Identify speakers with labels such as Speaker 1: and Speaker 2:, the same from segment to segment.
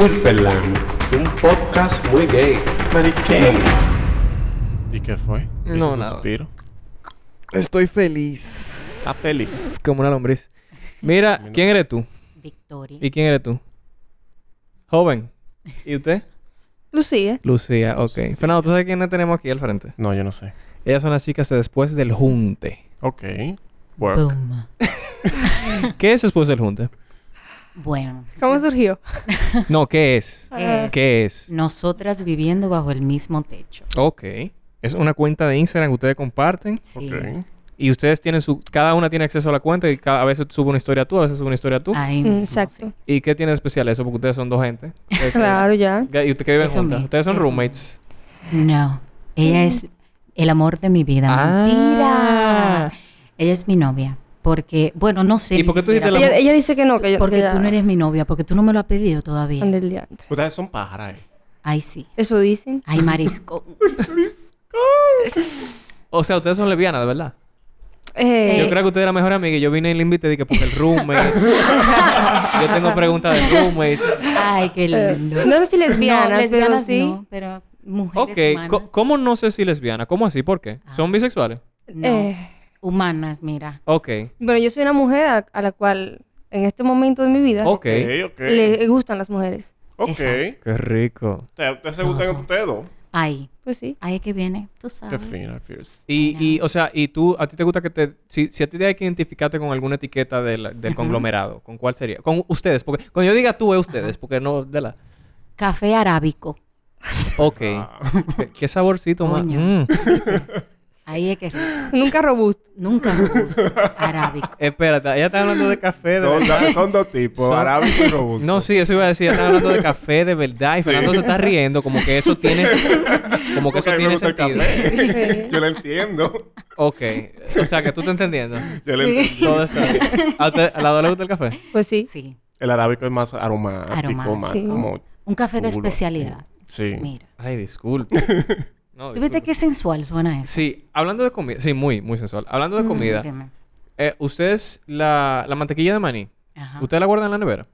Speaker 1: Wilferland, un podcast muy gay. Mariquén.
Speaker 2: ¿Y qué fue? ¿Y
Speaker 3: No,
Speaker 2: ese
Speaker 3: nada.
Speaker 2: suspiro?
Speaker 3: Estoy feliz
Speaker 2: Está feliz.
Speaker 3: como una lombriz. Mira, ¿quién eres tú?
Speaker 4: Victoria.
Speaker 3: ¿Y quién eres tú? Joven. ¿Y usted?
Speaker 4: Lucía.
Speaker 3: Lucía, ok. Fernando, ¿tú sabes quiénes tenemos aquí al frente?
Speaker 2: No, yo no sé.
Speaker 3: Ellas son las chicas de Después del Junte.
Speaker 2: Ok. Work.
Speaker 4: Boom.
Speaker 3: ¿Qué es Después del Junte?
Speaker 4: Bueno,
Speaker 5: ¿Cómo surgió?
Speaker 3: No, ¿qué es?
Speaker 4: eh,
Speaker 3: ¿Qué es?
Speaker 4: nosotras viviendo bajo el mismo techo.
Speaker 3: Ok. Es una cuenta de Instagram que ustedes comparten
Speaker 4: Sí.
Speaker 2: Ok.
Speaker 3: y ustedes tienen su... Cada una tiene acceso a la cuenta y cada, a veces sube una historia tú, a veces sube una historia tú.
Speaker 4: Ahí
Speaker 5: Mm,
Speaker 4: mismo,
Speaker 5: Exacto.
Speaker 4: sí.
Speaker 3: ¿Y qué tiene de especial eso? Porque ustedes son dos gente. Ustedes-
Speaker 5: Claro, ya.
Speaker 3: ¿Y ustedes que viven
Speaker 4: Eso
Speaker 3: juntas?
Speaker 4: mismo,
Speaker 3: Ustedes son
Speaker 4: eso
Speaker 3: roommates.
Speaker 4: No,
Speaker 5: Mm.
Speaker 4: ella es el amor de mi vida.
Speaker 3: Ah.
Speaker 4: Mentira. Ella es mi novia. Porque, bueno, no sé.
Speaker 3: ¿Y
Speaker 4: ni
Speaker 3: por qué tú dijiste
Speaker 4: siquiera-
Speaker 3: el
Speaker 5: Ella, ella dice que no, que yo
Speaker 4: Porque
Speaker 5: que ya-
Speaker 4: tú no eres mi novia, porque tú no me lo has pedido todavía.
Speaker 5: Ande el diantre.
Speaker 2: Ustedes son pájaras, eh.
Speaker 4: Ay, sí.
Speaker 5: Eso dicen.
Speaker 4: Ay, marisco.
Speaker 3: O sea, ustedes son lesbianas, de verdad.
Speaker 5: Eh,
Speaker 3: Yo creo que usted era mejor amiga y yo vine y le invité dije, porque el roommate. yo tengo preguntas de roommates.
Speaker 4: Ay, qué lindo.
Speaker 5: Eh, No sé si lesbianas,
Speaker 4: no,
Speaker 5: pero
Speaker 4: lesbianas
Speaker 5: sí.
Speaker 4: no, pero mujeres
Speaker 3: Ok, co-
Speaker 4: humanas. Ah.
Speaker 3: ¿cómo no sé si lesbiana? ¿Cómo así? ¿Por qué? ¿Son bisexuales?
Speaker 4: No,
Speaker 5: eh,
Speaker 4: Humanas, mira.
Speaker 3: Ok,
Speaker 5: bueno, yo soy una mujer a, a la cual en este momento de mi vida
Speaker 3: ok.
Speaker 2: Ok, ok.
Speaker 5: le gustan las mujeres.
Speaker 2: Ok.
Speaker 4: Exacto.
Speaker 3: Qué rico.
Speaker 2: Ustedes- Ustedes se gustan entre ustedes dos.
Speaker 4: Ay,
Speaker 5: Pues sí.
Speaker 4: ay, que viene, tú sabes.
Speaker 2: Qué fino, fierce.
Speaker 3: Y,
Speaker 4: Ay,
Speaker 3: y, o sea, ¿y tú, a ti te gusta que te... Si, si a ti te hay que identificarte con alguna etiqueta del, del conglomerado, ¿con cuál sería? Con ustedes, porque... Cuando yo diga tú, es ustedes, porque no... De la...
Speaker 4: Café arábico.
Speaker 3: Ok.
Speaker 2: Ah.
Speaker 3: ¿Qué, qué saborcito más...
Speaker 4: Coño.
Speaker 3: Mm.
Speaker 4: Ahí es que
Speaker 5: Nunca robusto.
Speaker 4: nunca me gusta arábico.
Speaker 3: Espérate, ella está hablando de café, de
Speaker 2: Son, da- son dos tipos,
Speaker 3: Son-
Speaker 2: arábico y robusto.
Speaker 3: No, sí, eso iba a decir. Estaba hablando de café de verdad. Y
Speaker 2: Sí.
Speaker 3: Fernando se está riendo como que eso tiene... Como
Speaker 2: Porque
Speaker 3: que eso
Speaker 2: a mí me
Speaker 3: tiene
Speaker 2: gusta el
Speaker 3: sentido.
Speaker 2: café. yo lo entiendo.
Speaker 3: Ok. O sea, que tú te entendiendo.
Speaker 2: Yo lo
Speaker 4: Sí.
Speaker 2: entiendo.
Speaker 3: Todo eso. ¿A, usted- a la dos le gusta el café?
Speaker 5: Pues sí.
Speaker 4: Sí.
Speaker 2: El arábico es más aromático,
Speaker 4: Aromático.
Speaker 2: más
Speaker 5: Sí.
Speaker 2: como...
Speaker 4: Un café de
Speaker 2: chulo.
Speaker 4: especialidad.
Speaker 2: Sí.
Speaker 4: Mira.
Speaker 3: Ay, disculpe. No,
Speaker 4: ¿Tú viste
Speaker 3: disculpe.
Speaker 4: qué sensual suena eso?
Speaker 3: Sí, hablando de comida. Sí, muy, muy sensual. Hablando
Speaker 4: Mm,
Speaker 3: de comida.
Speaker 4: Dime.
Speaker 3: eh, ustedes, la, la mantequilla de maní,
Speaker 4: Ajá.
Speaker 3: ¿ustedes la guardan en la nevera?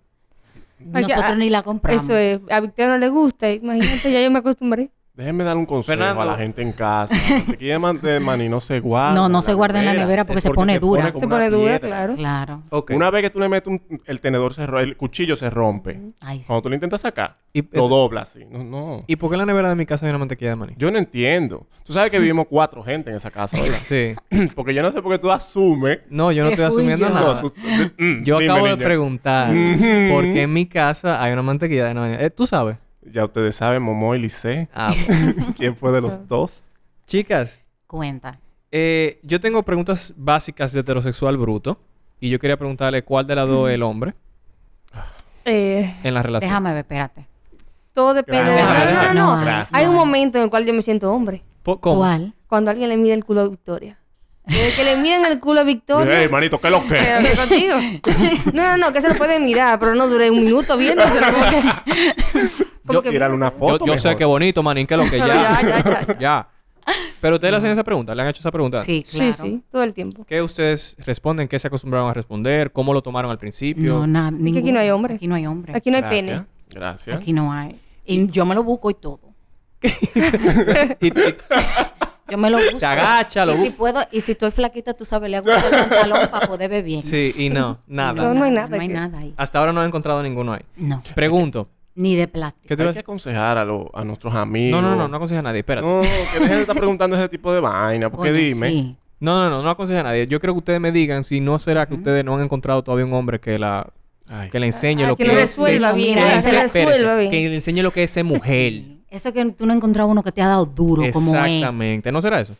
Speaker 5: Ay,
Speaker 4: Nosotros
Speaker 5: ah,
Speaker 4: ni la compramos.
Speaker 5: Eso es. A Victoria no le gusta. Imagínate, ya yo me acostumbré.
Speaker 2: Déjenme dar un consejo
Speaker 3: Fernando.
Speaker 2: a la gente en casa. Si quieren mantener maní, no se guarda.
Speaker 4: No, no se guarda en la nevera porque
Speaker 2: Es
Speaker 4: se pone dura.
Speaker 2: como
Speaker 5: Se
Speaker 2: una
Speaker 5: pone dura,
Speaker 2: piedra.
Speaker 5: claro.
Speaker 4: Claro.
Speaker 3: Ok.
Speaker 2: Una vez que tú le metes un- el tenedor, se ro- el cuchillo se rompe.
Speaker 4: Ay, sí.
Speaker 3: Oh.
Speaker 2: Cuando tú lo intentas sacar,
Speaker 3: ¿Y, eh,
Speaker 2: lo doblas así. No, no.
Speaker 3: ¿Y por qué en la nevera de mi casa hay una mantequilla de maní?
Speaker 2: Yo no entiendo. Tú sabes que vivimos cuatro gente en esa casa, ¿verdad?
Speaker 3: Sí.
Speaker 2: porque yo no sé por qué tú asumes.
Speaker 3: No, yo no
Speaker 4: ¿Qué
Speaker 3: estoy
Speaker 4: fui
Speaker 3: asumiendo
Speaker 4: yo?
Speaker 3: nada.
Speaker 2: No, tú- tú- mm,
Speaker 3: Yo
Speaker 2: dime,
Speaker 3: acabo de
Speaker 2: niña.
Speaker 3: preguntar
Speaker 2: Ujú.
Speaker 3: por qué en mi casa hay una mantequilla de maní. Eh, ¿Tú sabes?
Speaker 2: Ya ustedes saben, Momo y Lice.
Speaker 3: Ah, bueno.
Speaker 2: ¿Quién fue de los dos?
Speaker 3: Chicas,
Speaker 4: Cuenta.
Speaker 3: eh, yo tengo preguntas básicas de heterosexual bruto. Y yo quería preguntarle cuál de las dos es el hombre
Speaker 5: Eh,
Speaker 3: en la relación.
Speaker 4: Déjame ver, espérate.
Speaker 5: todo depende de...
Speaker 2: Gracias.
Speaker 5: No, no, no, no.
Speaker 2: Gracias.
Speaker 5: Hay un momento en el cual yo me siento hombre.
Speaker 3: Po- ¿Cómo?
Speaker 4: ¿Cuál?
Speaker 5: Cuando alguien le mira el culo a Victoria. Desde que le miren el culo a Victoria...
Speaker 2: Ey, manito, ¿qué es lo que?
Speaker 5: Pero que contigo. No, no, no, que se lo puede mirar, pero no duré un minuto viéndoselo. como que- como
Speaker 2: Yo
Speaker 5: que-
Speaker 2: tirarle una
Speaker 3: Yo,
Speaker 2: foto.
Speaker 3: yo sé
Speaker 2: mejor.
Speaker 3: que bonito, manín, que lo que ya.
Speaker 5: Ya, ya, ya,
Speaker 3: Ya. Pero ustedes le hacen esa pregunta, le han hecho esa pregunta.
Speaker 4: Sí,
Speaker 5: Sí,
Speaker 4: claro.
Speaker 5: sí, todo el tiempo.
Speaker 3: ¿Qué ustedes responden? ¿Qué se acostumbraron a responder? ¿Cómo lo tomaron al principio?
Speaker 4: No, nada.
Speaker 5: que aquí no hay hombre.
Speaker 4: Aquí no hay hombre.
Speaker 5: Aquí no hay
Speaker 2: Gracias.
Speaker 5: pene.
Speaker 2: Gracias.
Speaker 4: Aquí no hay. Y yo me lo busco y todo.
Speaker 3: Y- y-
Speaker 4: Yo me lo busco.
Speaker 3: Te agacha, lo
Speaker 4: y si
Speaker 3: busca.
Speaker 4: puedo, y si estoy flaquita, tú sabes, le hago el pantalón para poder ver bien.
Speaker 3: sí, y no,
Speaker 5: No,
Speaker 3: nada.
Speaker 5: no hay nada
Speaker 4: No hay
Speaker 5: que-
Speaker 4: nada ahí.
Speaker 3: Hasta ahora no he encontrado ninguno ahí.
Speaker 4: No.
Speaker 3: Pregunto.
Speaker 4: Ni de plástico.
Speaker 3: ¿Qué te
Speaker 2: Hay que aconsejar a, lo- a nuestros amigos.
Speaker 3: No, no, no, no aconseja a nadie. Espérate.
Speaker 2: No, que dejen de estar preguntando ese tipo de vaina. Porque
Speaker 4: Coño,
Speaker 2: dime.
Speaker 4: Sí.
Speaker 3: No, no, no, no aconseja a nadie. Yo creo que ustedes me digan si no será que ustedes no han encontrado todavía un hombre que la
Speaker 2: Ay.
Speaker 3: que le enseñe
Speaker 5: Ah,
Speaker 3: lo que,
Speaker 5: que lo
Speaker 3: es ser-
Speaker 5: resuelva bien,
Speaker 3: que le
Speaker 4: que
Speaker 3: ense-
Speaker 4: lo
Speaker 3: espérese,
Speaker 5: resuelva bien.
Speaker 3: que le enseñe lo que es ser mujer.
Speaker 4: Eso que tú no encontrabas uno que te ha dado duro como es.
Speaker 3: Exactamente. ¿No será eso?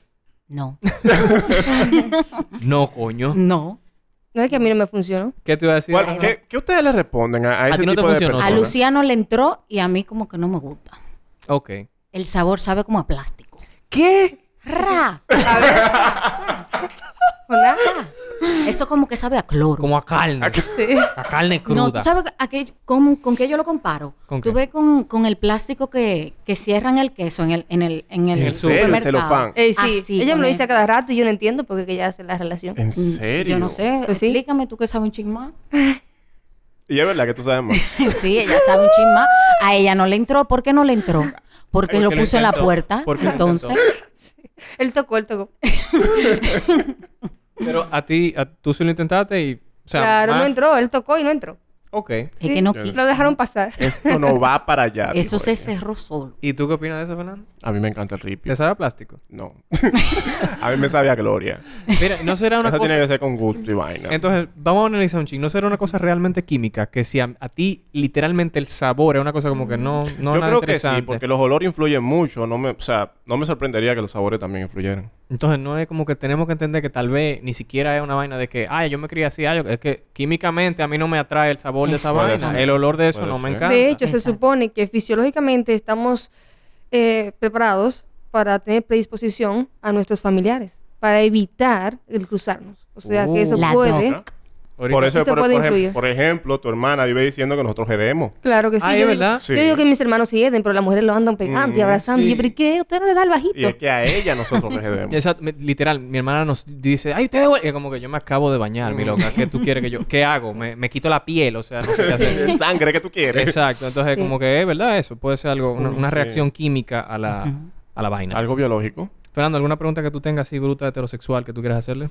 Speaker 4: No, Mm.
Speaker 3: No, coño.
Speaker 4: no.
Speaker 5: No es que a mí no me funcionó.
Speaker 3: ¿Qué te iba a decir?
Speaker 2: ¿Cuál- ¿Qué, qué ustedes le responden a, a ese
Speaker 6: ti no te
Speaker 2: tipo de
Speaker 6: funcionó?
Speaker 2: personas?
Speaker 4: A Luciano le entró y a mí como que no me gusta.
Speaker 3: Ok.
Speaker 4: El sabor sabe como a plástico.
Speaker 3: ¿Qué?
Speaker 4: ¡Ra!
Speaker 5: ¿Verdad?
Speaker 4: Eso como que sabe a cloro.
Speaker 3: Como a carne. A carne cruda.
Speaker 4: No, ¿tú sabes a qué- con, con qué yo lo comparo?
Speaker 3: ¿Con
Speaker 4: Tú
Speaker 3: qué?
Speaker 4: ves con, con el plástico que, que cierran el queso en el, en el, en el,
Speaker 2: ¿En serio? El
Speaker 4: supermercado.
Speaker 2: celofán.
Speaker 5: Eh, sí.
Speaker 4: Así,
Speaker 5: Ella
Speaker 4: con
Speaker 5: me lo dice a
Speaker 4: eso.
Speaker 5: cada rato y yo no entiendo por qué que ella hace la relación.
Speaker 2: ¿En
Speaker 4: Mm,
Speaker 2: serio?
Speaker 4: Yo no sé.
Speaker 5: Pues sí.
Speaker 4: Explícame tú que sabes un chin más.
Speaker 2: Y es verdad que tú sabes más.
Speaker 4: sí, ella sabe un chin más. A ella no le entró. ¿Por qué no le entró? Porque
Speaker 3: Porque
Speaker 4: lo
Speaker 3: lo
Speaker 4: puso en la
Speaker 3: intentó.
Speaker 4: puerta.
Speaker 3: Porque lo
Speaker 4: Entonces,
Speaker 5: Él tocó, él tocó.
Speaker 3: Pero a ti, a- tú sí lo intentaste y... O sea,
Speaker 5: claro, no
Speaker 3: más-
Speaker 5: entró, él tocó y no entró.
Speaker 3: Ok.
Speaker 4: es que no
Speaker 2: Yo no
Speaker 4: quiso.
Speaker 5: Lo dejaron pasar.
Speaker 2: Esto no va para allá.
Speaker 4: Eso
Speaker 2: dijo
Speaker 4: se
Speaker 2: ella.
Speaker 4: cerró solo.
Speaker 3: ¿Y tú qué opinas de eso, Fernando?
Speaker 2: A mí me encanta el ripio.
Speaker 3: ¿Te sabe a plástico?
Speaker 2: No. a mí me sabía gloria.
Speaker 3: Mira, no será una
Speaker 2: Eso tiene
Speaker 3: cosa...
Speaker 2: que ser con gusto y vaina.
Speaker 3: Entonces, vamos a analizar un ching. ¿No será una cosa realmente química? Que si a, a ti, literalmente, el sabor es una cosa como que no, no
Speaker 2: Yo
Speaker 3: nada
Speaker 2: creo que sí,
Speaker 3: interesante.
Speaker 2: porque los olores influyen mucho. No me, o sea, no me sorprendería que los sabores también influyeran.
Speaker 3: Entonces, no es como que tenemos que entender que tal vez ni siquiera es una vaina de que, ay, yo me crié así, ay, yo-". es que químicamente a mí no me atrae el sabor de esa
Speaker 4: Exacto.
Speaker 3: vaina. El olor de eso
Speaker 2: Puede
Speaker 3: no me
Speaker 2: ser.
Speaker 3: encanta.
Speaker 5: De hecho, se
Speaker 4: Exacto.
Speaker 5: supone que fisiológicamente estamos eh, preparados para tener predisposición a nuestros familiares, para evitar el cruzarnos. O sea,
Speaker 3: Uh.
Speaker 5: que eso
Speaker 4: La
Speaker 5: puede.
Speaker 2: doc.
Speaker 3: Ahorita-
Speaker 2: ¿Ah? Por eso,
Speaker 5: Eso
Speaker 2: por,
Speaker 5: puede
Speaker 2: por ejem-
Speaker 5: influir.
Speaker 2: por ejemplo, tu hermana vive diciendo que nosotros jedemos.
Speaker 5: Claro que sí.
Speaker 3: Ah,
Speaker 5: yo
Speaker 3: ¿es
Speaker 5: digo-
Speaker 3: verdad?
Speaker 2: Sí.
Speaker 5: Yo digo que mis hermanos se yeden, pero las mujeres lo andan pegando y
Speaker 2: Mm,
Speaker 5: abrazando. Y
Speaker 3: sí.
Speaker 5: yo, ¿pero qué? ¿Usted no le da el bajito?
Speaker 2: Y es que a ella nosotros le jedemos.
Speaker 3: Exacto, mi- literal, mi hermana nos dice, ay, ustedes huelen". Y como que yo me acabo de bañar, mi loca, ¿qué tú quieres que yo? ¿Qué hago? Me, me quito la piel, o sea, no sé qué hacer.
Speaker 2: Es sangre que tú quieres.
Speaker 3: Exacto, entonces
Speaker 5: Sí.
Speaker 3: como que es verdad eso, puede ser algo, una, una
Speaker 2: Sí.
Speaker 3: reacción química a la,
Speaker 4: Ujú.
Speaker 3: a la vaina.
Speaker 2: Algo biológico.
Speaker 3: Fernando, ¿alguna pregunta que tú tengas así bruta heterosexual que tú quieras hacerle?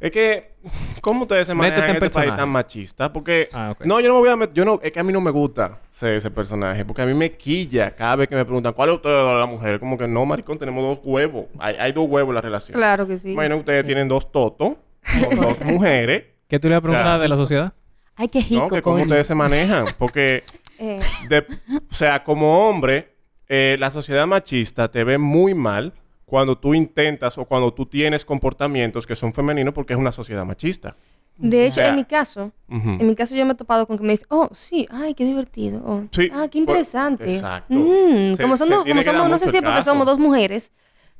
Speaker 2: Es que, ¿cómo ustedes se manejan
Speaker 3: Métete
Speaker 2: en
Speaker 3: en
Speaker 2: este país
Speaker 3: personaje.
Speaker 2: tan machista? Porque,
Speaker 3: Ah, ok.
Speaker 2: no, yo no me voy a meter, yo no, es que a mí no me gusta ser ese personaje, porque a mí me quilla cada vez que me preguntan, ¿cuál es usted de la mujer? Como que no, maricón, tenemos dos huevos, hay, hay dos huevos en la relación.
Speaker 5: Claro que sí.
Speaker 2: Imagina que ustedes tienen dos totos, son dos mujeres,
Speaker 3: ¿Qué tú le vas a preguntar
Speaker 2: Claro.
Speaker 3: de la sociedad?
Speaker 4: Ay, qué
Speaker 2: ¿no?
Speaker 4: rico,
Speaker 2: Que cómo
Speaker 4: coño.
Speaker 2: ustedes se manejan, porque...
Speaker 5: Eh,
Speaker 2: de- o sea, como hombre, eh, la sociedad machista te ve muy mal cuando tú intentas o cuando tú tienes comportamientos que son femeninos porque es una sociedad machista.
Speaker 5: de hecho,
Speaker 2: O sea,
Speaker 5: en mi caso,
Speaker 2: Ujú.
Speaker 5: en mi caso yo me he topado con que me dicen, oh, sí, ay, qué divertido. oh,
Speaker 2: Sí,
Speaker 5: ah,
Speaker 2: pues,
Speaker 5: qué interesante.
Speaker 2: exacto.
Speaker 5: Mm,
Speaker 2: Se-
Speaker 5: como
Speaker 2: se
Speaker 5: son, dos-
Speaker 2: tiene
Speaker 5: como
Speaker 2: que dar
Speaker 5: somos, no
Speaker 2: mucho
Speaker 5: sé
Speaker 2: el
Speaker 5: si es porque
Speaker 2: caso.
Speaker 5: somos dos mujeres,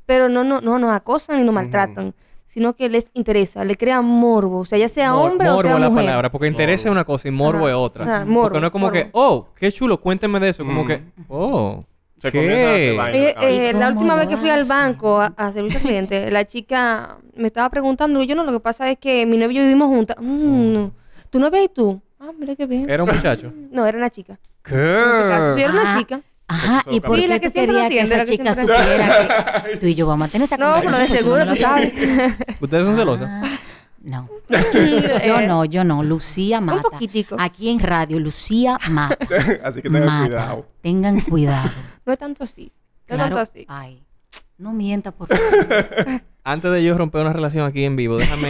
Speaker 5: pero no, no, no nos acosan y nos maltratan, sino que les interesa, le crea morbo. O sea, ya sea
Speaker 3: Mor-
Speaker 5: hombre o
Speaker 3: morbo
Speaker 5: sea
Speaker 3: es la
Speaker 5: mujer.
Speaker 3: palabra, porque interesa es una cosa y morbo
Speaker 5: Ajá.
Speaker 3: es otra.
Speaker 5: Ajá,
Speaker 3: porque
Speaker 5: morbo,
Speaker 3: no es como que,
Speaker 5: morbo.
Speaker 3: oh, qué chulo, cuénteme de eso. Como
Speaker 2: Mm.
Speaker 3: que, oh,
Speaker 2: Se
Speaker 3: ¿qué?
Speaker 2: comienzan a hacer vaina.
Speaker 5: Eh, eh,
Speaker 4: ¿Y
Speaker 5: la
Speaker 4: cómo
Speaker 5: última
Speaker 4: lo
Speaker 5: vez que fui al
Speaker 4: hacen?
Speaker 5: banco a, a servicio al cliente, la chica me estaba preguntando, yo no, lo que pasa es que mi novio y yo vivimos juntas. Mm, no. ¿Tu novia y tú? Ah, mira qué bien.
Speaker 3: Era un muchacho.
Speaker 5: No, era una chica. En este caso, sí,
Speaker 3: ¿Qué?
Speaker 5: era una
Speaker 4: Ah.
Speaker 5: chica.
Speaker 4: Ajá,
Speaker 2: Sí,
Speaker 4: ¿y por qué
Speaker 5: la que
Speaker 4: tú querías
Speaker 5: siempre lo
Speaker 4: que
Speaker 5: atiende,
Speaker 4: esa
Speaker 5: la que
Speaker 4: chica
Speaker 5: siempre-
Speaker 4: supiera que tú y yo vamos a tener esa
Speaker 5: No, pero de
Speaker 4: conversación, tú
Speaker 5: seguro
Speaker 4: no lo
Speaker 5: tú sabes.
Speaker 3: ¿Ustedes son celosas?
Speaker 4: Ah, No. Yo
Speaker 5: Eh,
Speaker 4: no, yo no. Lucía mata.
Speaker 5: poquitico.
Speaker 4: Aquí en radio, Lucía mata.
Speaker 2: Así que tengan
Speaker 4: mata.
Speaker 2: cuidado.
Speaker 4: Tengan cuidado.
Speaker 5: No es tanto así. No es
Speaker 4: Claro. Ah.
Speaker 5: tanto así.
Speaker 4: Ay, no mienta, por favor.
Speaker 3: Antes de yo romper una relación aquí en vivo, déjame.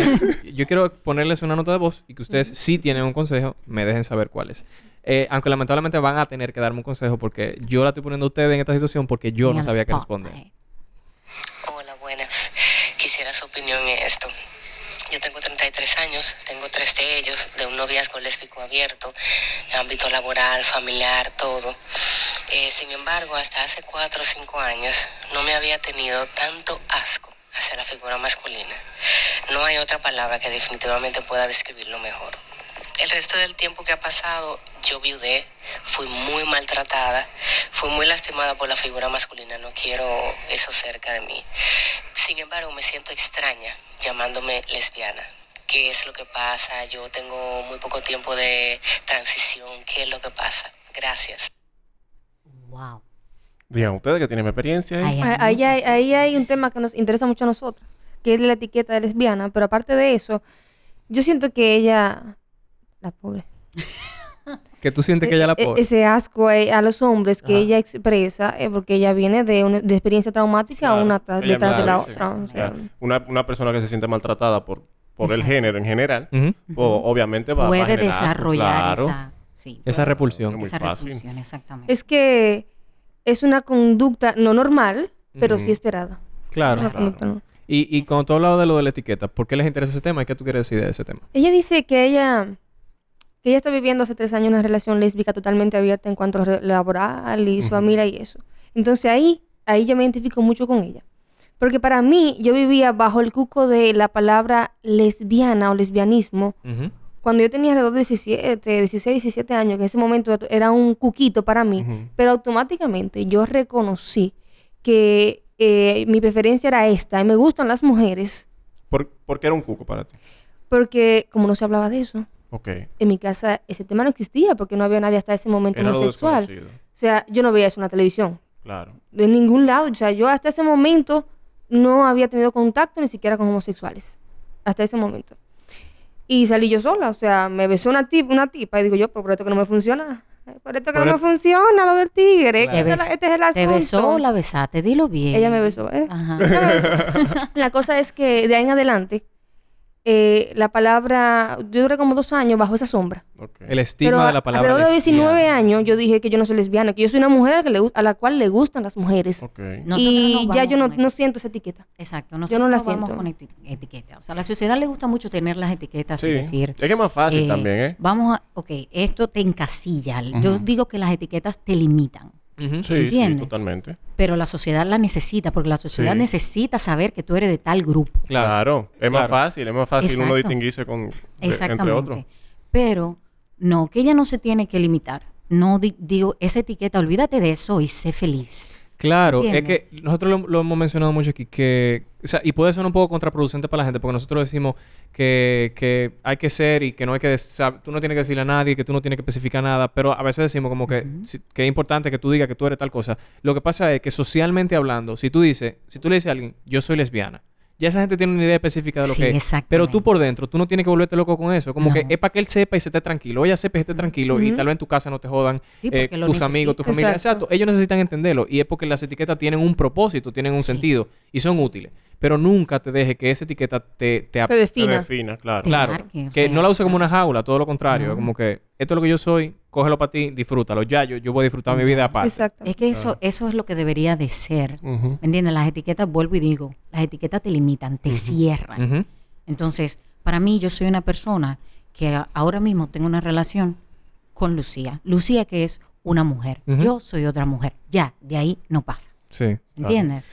Speaker 3: yo quiero ponerles una nota de voz y que ustedes, si tienen un consejo, me dejen saber cuál es. Eh, aunque lamentablemente van a tener que darme un consejo porque yo la estoy poniendo a ustedes en esta situación porque yo
Speaker 4: En
Speaker 3: no
Speaker 4: el
Speaker 3: sabía qué
Speaker 4: spotlight.
Speaker 3: responder.
Speaker 7: Hola, buenas. Quisiera su opinión en esto. Yo tengo 33 años, tengo tres de ellos, de un noviazgo lésbico abierto, ámbito laboral, familiar, todo. Eh, sin embargo, hasta hace 4 o 5 años no me había tenido tanto asco hacia la figura masculina. No hay otra palabra que definitivamente pueda describirlo mejor. El resto del tiempo que ha pasado, yo viudé, fui muy maltratada, fui muy lastimada por la figura masculina, no quiero eso cerca de mí. Sin embargo, me siento extraña llamándome lesbiana. ¿Qué es lo que pasa? Yo tengo muy poco tiempo de transición. ¿Qué es lo que pasa? Gracias.
Speaker 4: Wow.
Speaker 2: Digan ustedes que tienen experiencia. ahí.
Speaker 4: Ay, ay,
Speaker 5: Ahí hay, ahí hay un tema que nos interesa mucho a nosotros, que es la etiqueta de lesbiana, pero aparte de eso, yo siento que ella, la pobre,
Speaker 3: Que tú sientes que
Speaker 5: eh,
Speaker 3: ella la
Speaker 5: eh,
Speaker 3: pobre.
Speaker 5: ese asco eh, a los hombres que
Speaker 3: Ajá.
Speaker 5: ella expresa, eh, porque ella viene de una de experiencia traumática
Speaker 2: Claro.
Speaker 5: una tras-
Speaker 2: Ella
Speaker 5: detrás de la
Speaker 2: misma, sí.
Speaker 5: otra. o sea,
Speaker 2: O sea, una, una persona que se siente maltratada por, por el
Speaker 4: Exacto.
Speaker 2: género en general,
Speaker 3: Ujú.
Speaker 2: o- obviamente va, va a
Speaker 4: Puede
Speaker 2: generar asco,
Speaker 4: desarrollar
Speaker 2: claro.
Speaker 4: esa. Sí.
Speaker 3: Esa repulsión.
Speaker 2: Es muy
Speaker 4: esa
Speaker 2: fácil.
Speaker 4: repulsión, exactamente.
Speaker 5: es que es una conducta no normal, pero
Speaker 3: Ujú.
Speaker 5: sí esperada.
Speaker 3: Claro.
Speaker 5: Una conducta no-
Speaker 3: Y, y cuando tú hablabas de lo de la etiqueta, ¿por qué les interesa ese tema? ¿Y qué tú quieres decir de ese tema?
Speaker 5: Ella dice que ella, que ella está viviendo hace tres años una relación lésbica totalmente abierta en cuanto a re- laboral y su familia y eso. Entonces ahí, ahí yo me identifico mucho con ella. Porque para mí, yo vivía bajo el cuco de la palabra lesbiana o lesbianismo cuando yo tenía alrededor de 17, 16, 17 años, que en ese momento era un cuquito para mí,
Speaker 2: Ujú.
Speaker 5: pero automáticamente yo reconocí que eh, mi preferencia era esta, y me gustan las mujeres,
Speaker 2: ¿Por, por qué era un cuco para ti?
Speaker 5: porque como no se hablaba de eso,
Speaker 2: Ok.
Speaker 5: en mi casa ese tema no existía porque no había nadie hasta ese momento
Speaker 2: Era lo
Speaker 5: homosexual.
Speaker 2: desconocido.
Speaker 5: O sea, yo no veía eso en la televisión,
Speaker 2: Claro.
Speaker 5: de ningún lado. O sea, yo hasta ese momento no había tenido contacto ni siquiera con homosexuales. Hasta ese momento. Y salí yo sola, o sea, me besó una, tip- una tipa y digo yo, pero por esto que no me funciona. Ay, Por esto que
Speaker 2: Por
Speaker 5: no me
Speaker 2: el-
Speaker 5: funciona lo del tigre.
Speaker 4: Te
Speaker 5: Este, es la-
Speaker 4: bes-
Speaker 5: este es el asunto.
Speaker 4: ¿Te besó o la besaste? Dilo bien.
Speaker 5: Ella me besó, ¿eh?
Speaker 4: Ajá.
Speaker 5: Ella me besó.
Speaker 4: Ah.
Speaker 5: la cosa es que de ahí en adelante, eh, la palabra, yo duré como dos años bajo esa sombra.
Speaker 2: Ok.
Speaker 3: El estigma
Speaker 5: Pero
Speaker 3: de la palabra.
Speaker 5: alrededor de
Speaker 3: lesbiana.
Speaker 5: 19 años yo dije que yo no soy lesbiana, que yo soy una mujer a la, que le gu- a la cual le gustan las mujeres.
Speaker 2: Ok.
Speaker 4: Nosotros nos
Speaker 5: y
Speaker 4: vamos
Speaker 5: ya yo no,
Speaker 4: con eti-
Speaker 5: no siento esa etiqueta.
Speaker 4: Exacto, nosotros
Speaker 5: no la
Speaker 4: nos vamos
Speaker 5: siento.
Speaker 4: con eti- etiqueta. O sea, a la sociedad le gusta mucho tener las etiquetas
Speaker 2: Sí.
Speaker 4: y decir.
Speaker 2: Es que es más fácil
Speaker 4: eh,
Speaker 2: también, ¿eh?
Speaker 4: Vamos a. Ok, esto te encasilla. Yo digo que las etiquetas te limitan.
Speaker 3: Ujú.
Speaker 2: Sí, sí,
Speaker 4: ¿entiendes?
Speaker 2: totalmente.
Speaker 4: Pero la sociedad la necesita, porque la sociedad
Speaker 2: Sí.
Speaker 4: necesita saber que tú eres de tal grupo.
Speaker 3: Claro.
Speaker 2: Claro. Es más
Speaker 3: Claro.
Speaker 2: fácil. Es más fácil uno
Speaker 4: Exacto.
Speaker 2: distinguirse con, de- entre otros.
Speaker 4: Exactamente. Pero no, que ella no se tiene que limitar. No di- digo, esa etiqueta, olvídate de eso y sé feliz.
Speaker 3: Claro,
Speaker 4: ¿Entiendes?
Speaker 3: es que nosotros lo, lo hemos mencionado mucho aquí, que, o sea, y puede ser un poco contraproducente para la gente, porque nosotros decimos que, que hay que ser y que no hay que, des- sab- tú no tienes que decirle a nadie, que tú no tienes que especificar nada, pero a veces decimos como que, si- que es importante que tú digas que tú eres tal cosa. Lo que pasa es que socialmente hablando, si tú dices, si tú le dices a alguien, yo soy lesbiana, ya esa gente tiene una idea específica de lo
Speaker 4: Sí,
Speaker 3: que es. Pero tú
Speaker 4: exactamente.
Speaker 3: por dentro, tú no tienes que volverte loco con eso. Como que
Speaker 4: No.
Speaker 3: es para que él sepa y se esté tranquilo. Ella sepa y se esté tranquilo. Y tal vez en tu casa no te jodan
Speaker 4: Sí,
Speaker 3: eh,
Speaker 4: porque lo
Speaker 3: tus amigos, tu
Speaker 4: necesita.
Speaker 3: familia.
Speaker 5: Exacto.
Speaker 3: Exacto. Ellos necesitan entenderlo. Y es porque las etiquetas tienen un propósito, tienen un sentido y son útiles. Pero nunca te deje que esa etiqueta te, te ap-
Speaker 5: Te
Speaker 2: Te
Speaker 5: defina.
Speaker 2: defina, claro.
Speaker 3: Claro.
Speaker 4: marque, o
Speaker 3: que
Speaker 4: sea,
Speaker 3: no la use como una jaula, todo lo contrario. Como que esto es lo que yo soy, cógelo para ti, disfrútalo. Ya, yo, yo voy a disfrutar mi vida aparte.
Speaker 5: Exacto.
Speaker 4: Es que eso, eso es lo que debería de ser.
Speaker 2: Ujú.
Speaker 4: ¿Me entiendes? Las etiquetas, vuelvo y digo, las etiquetas te limitan, te cierran.
Speaker 3: Ujú.
Speaker 4: Entonces, para mí, yo soy una persona que a- ahora mismo tengo una relación con Lucía. Lucía, que es una mujer.
Speaker 3: Ujú.
Speaker 4: Yo soy otra mujer. Ya, de ahí no pasa.
Speaker 3: Sí. Ah.
Speaker 4: ¿Entiendes?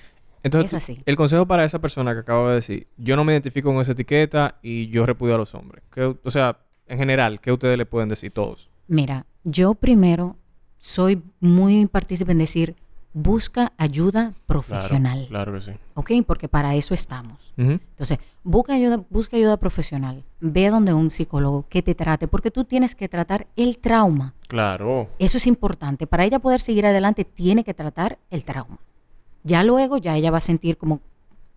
Speaker 3: Entonces,
Speaker 4: Es así.
Speaker 3: el consejo para esa persona que acabo de decir, yo no me identifico con esa etiqueta y yo repudio a los hombres. ¿Qué- o sea, en general, ¿qué ustedes le pueden decir todos?
Speaker 4: Mira, yo primero soy muy partícipe en decir, busca ayuda
Speaker 2: Claro,
Speaker 4: profesional.
Speaker 2: Claro que sí.
Speaker 4: ¿Ok? Porque para eso estamos.
Speaker 3: Ujú.
Speaker 4: Entonces, busca ayuda, busca ayuda profesional. Ve donde un psicólogo que te trate, porque tú tienes que tratar el trauma.
Speaker 2: Claro.
Speaker 4: Eso es importante. Para ella poder seguir adelante, tiene que tratar el trauma. Ya luego, ya ella va a sentir como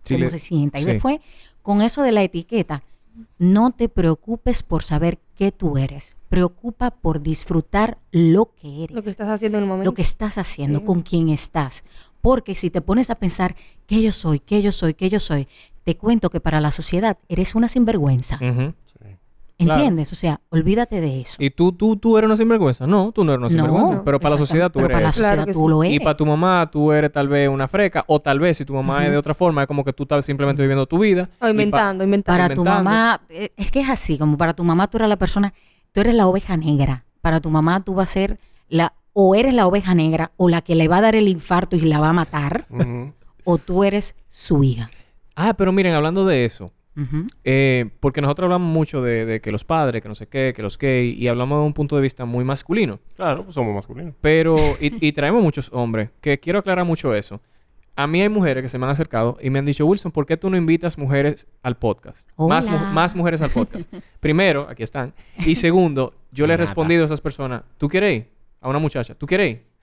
Speaker 3: Sí,
Speaker 4: cómo
Speaker 3: le-
Speaker 4: se sienta. Y
Speaker 3: sí.
Speaker 4: después, con eso de la etiqueta, no te preocupes por saber qué tú eres. Preocupa por disfrutar lo que eres
Speaker 5: Lo que estás haciendo en el momento.
Speaker 4: lo que estás haciendo, con quién estás. Porque si te pones a pensar que yo soy, que yo soy, que yo soy, te cuento que para la sociedad eres una sinvergüenza.
Speaker 3: Ujú. claro.
Speaker 4: ¿Entiendes? O sea, olvídate de eso.
Speaker 3: ¿Y tú, tú, tú eres una sinvergüenza? No, tú no eres una sinvergüenza.
Speaker 4: No,
Speaker 3: pero para la sociedad tú
Speaker 4: pero
Speaker 3: eres
Speaker 4: para la
Speaker 3: eso.
Speaker 5: Claro
Speaker 4: sociedad
Speaker 5: que
Speaker 4: tú
Speaker 5: sí.
Speaker 4: lo
Speaker 3: Y
Speaker 4: eres.
Speaker 3: para tu mamá tú eres tal vez una freca. O tal vez si tu mamá es de otra forma, es como que tú estás simplemente viviendo tu vida.
Speaker 5: O
Speaker 3: y pa-
Speaker 5: Oh, inventando, inventando.
Speaker 4: Para tu
Speaker 3: inventando.
Speaker 4: mamá, eh, es que es así, como para tu mamá tú eres la persona, tú eres la oveja negra. Para tu mamá tú vas a ser la, o eres la oveja negra, o la que le va a dar el infarto y la va a matar,
Speaker 2: Ujú.
Speaker 4: o tú eres su hija.
Speaker 3: Ah, pero miren, hablando de eso,
Speaker 4: Ujú.
Speaker 3: eh, porque nosotros hablamos mucho de, de que los padres, que no sé qué, que los gay, y hablamos de un punto de vista muy masculino.
Speaker 2: Claro, pues somos masculinos.
Speaker 3: Pero, y, y traemos muchos hombres, que quiero aclarar mucho eso. A mí hay mujeres que se me han acercado y me han dicho, Wilson, ¿por qué tú no invitas mujeres al podcast? Más, mu-
Speaker 4: Hola.
Speaker 3: más mujeres al podcast. Primero, aquí están. Y segundo, yo le he respondido a esas personas, ¿tú quieres ir? A una muchacha, ¿tú quieres ir?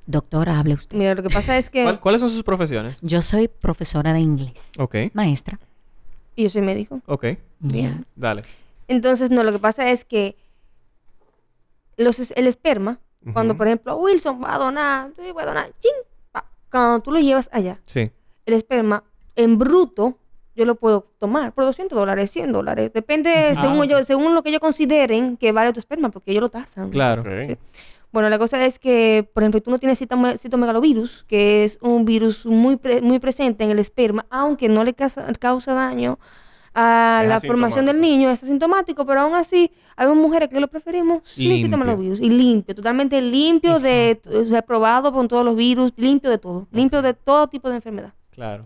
Speaker 4: Doctora, hable usted.
Speaker 5: Mira, lo que pasa
Speaker 4: Eh.
Speaker 5: es que.
Speaker 3: ¿Cuál- ¿Cuáles son sus profesiones?
Speaker 4: Yo soy profesora de inglés.
Speaker 3: Ok.
Speaker 4: Maestra.
Speaker 5: Y yo soy médico.
Speaker 3: Ok.
Speaker 4: Ya.
Speaker 3: Dale.
Speaker 5: Entonces, no, lo que pasa es que los, es- el esperma, cuando por ejemplo Wilson va a donar, sí, voy a donar, chin, pa. cuando tú lo llevas allá,
Speaker 3: Sí.
Speaker 5: el esperma en bruto, yo lo puedo tomar por 200 dólares, 100 dólares,
Speaker 3: Ah,
Speaker 5: depende según, yo, según lo que ellos consideren que vale tu esperma, porque ellos lo tasan.
Speaker 3: Claro.
Speaker 2: Ok.
Speaker 5: Bueno, la cosa es que, por ejemplo, tú no tienes citome- citomegalovirus, que es un virus muy, pre- muy presente en el esperma, aunque no le causa, causa daño a
Speaker 2: Es
Speaker 5: la formación del
Speaker 2: asintomático.
Speaker 5: niño, es asintomático, pero aún así, hay mujeres que lo preferimos sin
Speaker 3: limpio.
Speaker 5: citomegalovirus y limpio, totalmente limpio de, reprobado con todos los virus, limpio de todo, limpio de todo tipo de enfermedad.
Speaker 3: Claro.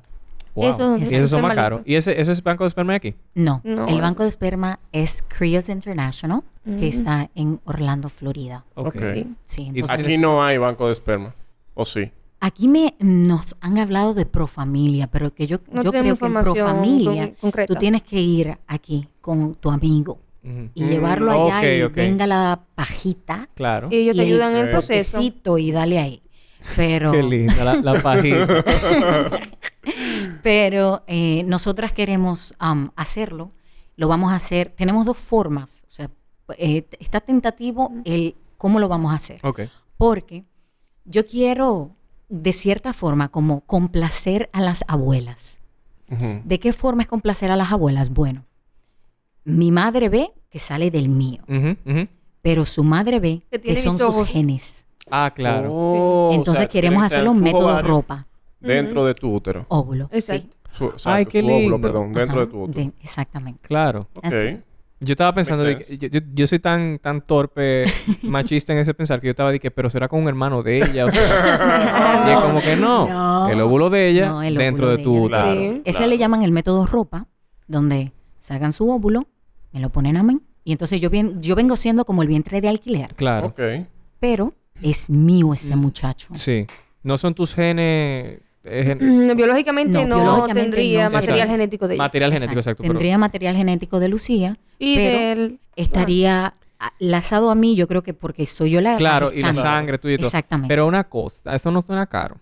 Speaker 5: Eso-
Speaker 3: y esos son
Speaker 5: esperma
Speaker 3: más caros.
Speaker 5: limpio.
Speaker 3: ¿Y ese, ese es banco de esperma de aquí?
Speaker 4: No,
Speaker 5: No,
Speaker 4: el
Speaker 5: no.
Speaker 4: banco de esperma es Creos International,
Speaker 5: Mm.
Speaker 4: que está en Orlando, Florida.
Speaker 3: Ok.
Speaker 2: Ok.
Speaker 5: Sí.
Speaker 4: Sí,
Speaker 3: Y-
Speaker 4: entonces,
Speaker 2: Aquí no hay banco de esperma. ¿O sí?
Speaker 4: aquí me nos han hablado de Profamilia, pero que yo,
Speaker 5: No
Speaker 4: yo creo
Speaker 5: tenemos
Speaker 4: que en
Speaker 5: información
Speaker 4: Profamilia
Speaker 5: con- concreta.
Speaker 4: tú tienes que ir aquí con tu amigo
Speaker 3: Ujú.
Speaker 4: y
Speaker 2: Mm,
Speaker 4: llevarlo allá
Speaker 3: ok,
Speaker 4: y
Speaker 3: ok.
Speaker 4: venga la pajita
Speaker 3: Claro.
Speaker 5: Y ellos te
Speaker 4: Y el-
Speaker 5: ayudan en el
Speaker 2: Ok.
Speaker 5: proceso.
Speaker 4: quesito y dale ahí. Pero,
Speaker 3: Qué linda la, la pajita.
Speaker 4: pero eh, nosotras queremos am, hacerlo. Lo vamos a hacer. Tenemos dos formas. O sea, eh, está tentativo el cómo lo vamos a hacer.
Speaker 3: ok.
Speaker 4: Porque yo quiero, de cierta forma, como complacer a las abuelas.
Speaker 2: Ujú.
Speaker 4: ¿De qué forma es complacer a las abuelas? Bueno, mi madre ve que sale del mío,
Speaker 3: Ujú, ujú.
Speaker 4: pero su madre ve
Speaker 5: Que
Speaker 4: que,
Speaker 5: tiene
Speaker 4: son
Speaker 5: mis
Speaker 4: sus
Speaker 5: ojos.
Speaker 4: genes.
Speaker 3: Ah, claro.
Speaker 2: Oh, o
Speaker 4: Entonces
Speaker 2: sea,
Speaker 4: queremos
Speaker 2: tiene que
Speaker 4: hacer
Speaker 2: ser
Speaker 4: un
Speaker 2: tu
Speaker 4: método
Speaker 2: ovario
Speaker 4: ropa,
Speaker 2: Dentro de tu útero.
Speaker 4: óvulo. sí.
Speaker 5: Exacto.
Speaker 2: Su,
Speaker 3: Ay,
Speaker 2: exacto,
Speaker 3: qué
Speaker 2: su óvulo,
Speaker 3: lindo.
Speaker 2: perdón. Dentro
Speaker 4: Ajá,
Speaker 2: de tu útero.
Speaker 4: de- exactamente.
Speaker 3: Claro.
Speaker 4: así.
Speaker 2: Ok.
Speaker 3: Yo estaba pensando, de
Speaker 2: Makes
Speaker 3: que, yo, yo- yo soy tan, tan torpe, machista en ese pensar, que yo estaba de que, pero será con un hermano de ella. O sea, y es como que no,
Speaker 4: No.
Speaker 3: el óvulo de ella
Speaker 4: No, el
Speaker 3: dentro de
Speaker 4: óvulo
Speaker 3: tu
Speaker 4: de ella.
Speaker 3: útero.
Speaker 5: Sí.
Speaker 4: Ese
Speaker 2: Claro.
Speaker 4: le llaman el método ropa, donde sacan su óvulo, me lo ponen a mí, y entonces yo, bien, yo vengo siendo como el vientre de alquiler,
Speaker 3: Claro.
Speaker 2: Ok.
Speaker 4: pero es mío ese muchacho.
Speaker 3: Sí. No son tus genes. eh, gen-
Speaker 5: Mm, Biológicamente
Speaker 4: No,
Speaker 5: no,
Speaker 4: biológicamente
Speaker 5: tendría
Speaker 4: no se
Speaker 5: material
Speaker 3: puede.
Speaker 5: genético de ella.
Speaker 3: material genético, exacto. pero-
Speaker 4: Tendría material genético de Lucía,
Speaker 5: y
Speaker 4: pero
Speaker 5: del-
Speaker 4: estaría a- lazado a mí, yo creo que porque soy yo la.
Speaker 3: claro, y la
Speaker 4: gestante.
Speaker 3: sangre tuya y todo.
Speaker 4: Exactamente.
Speaker 3: Pero una cosa, eso no suena caro.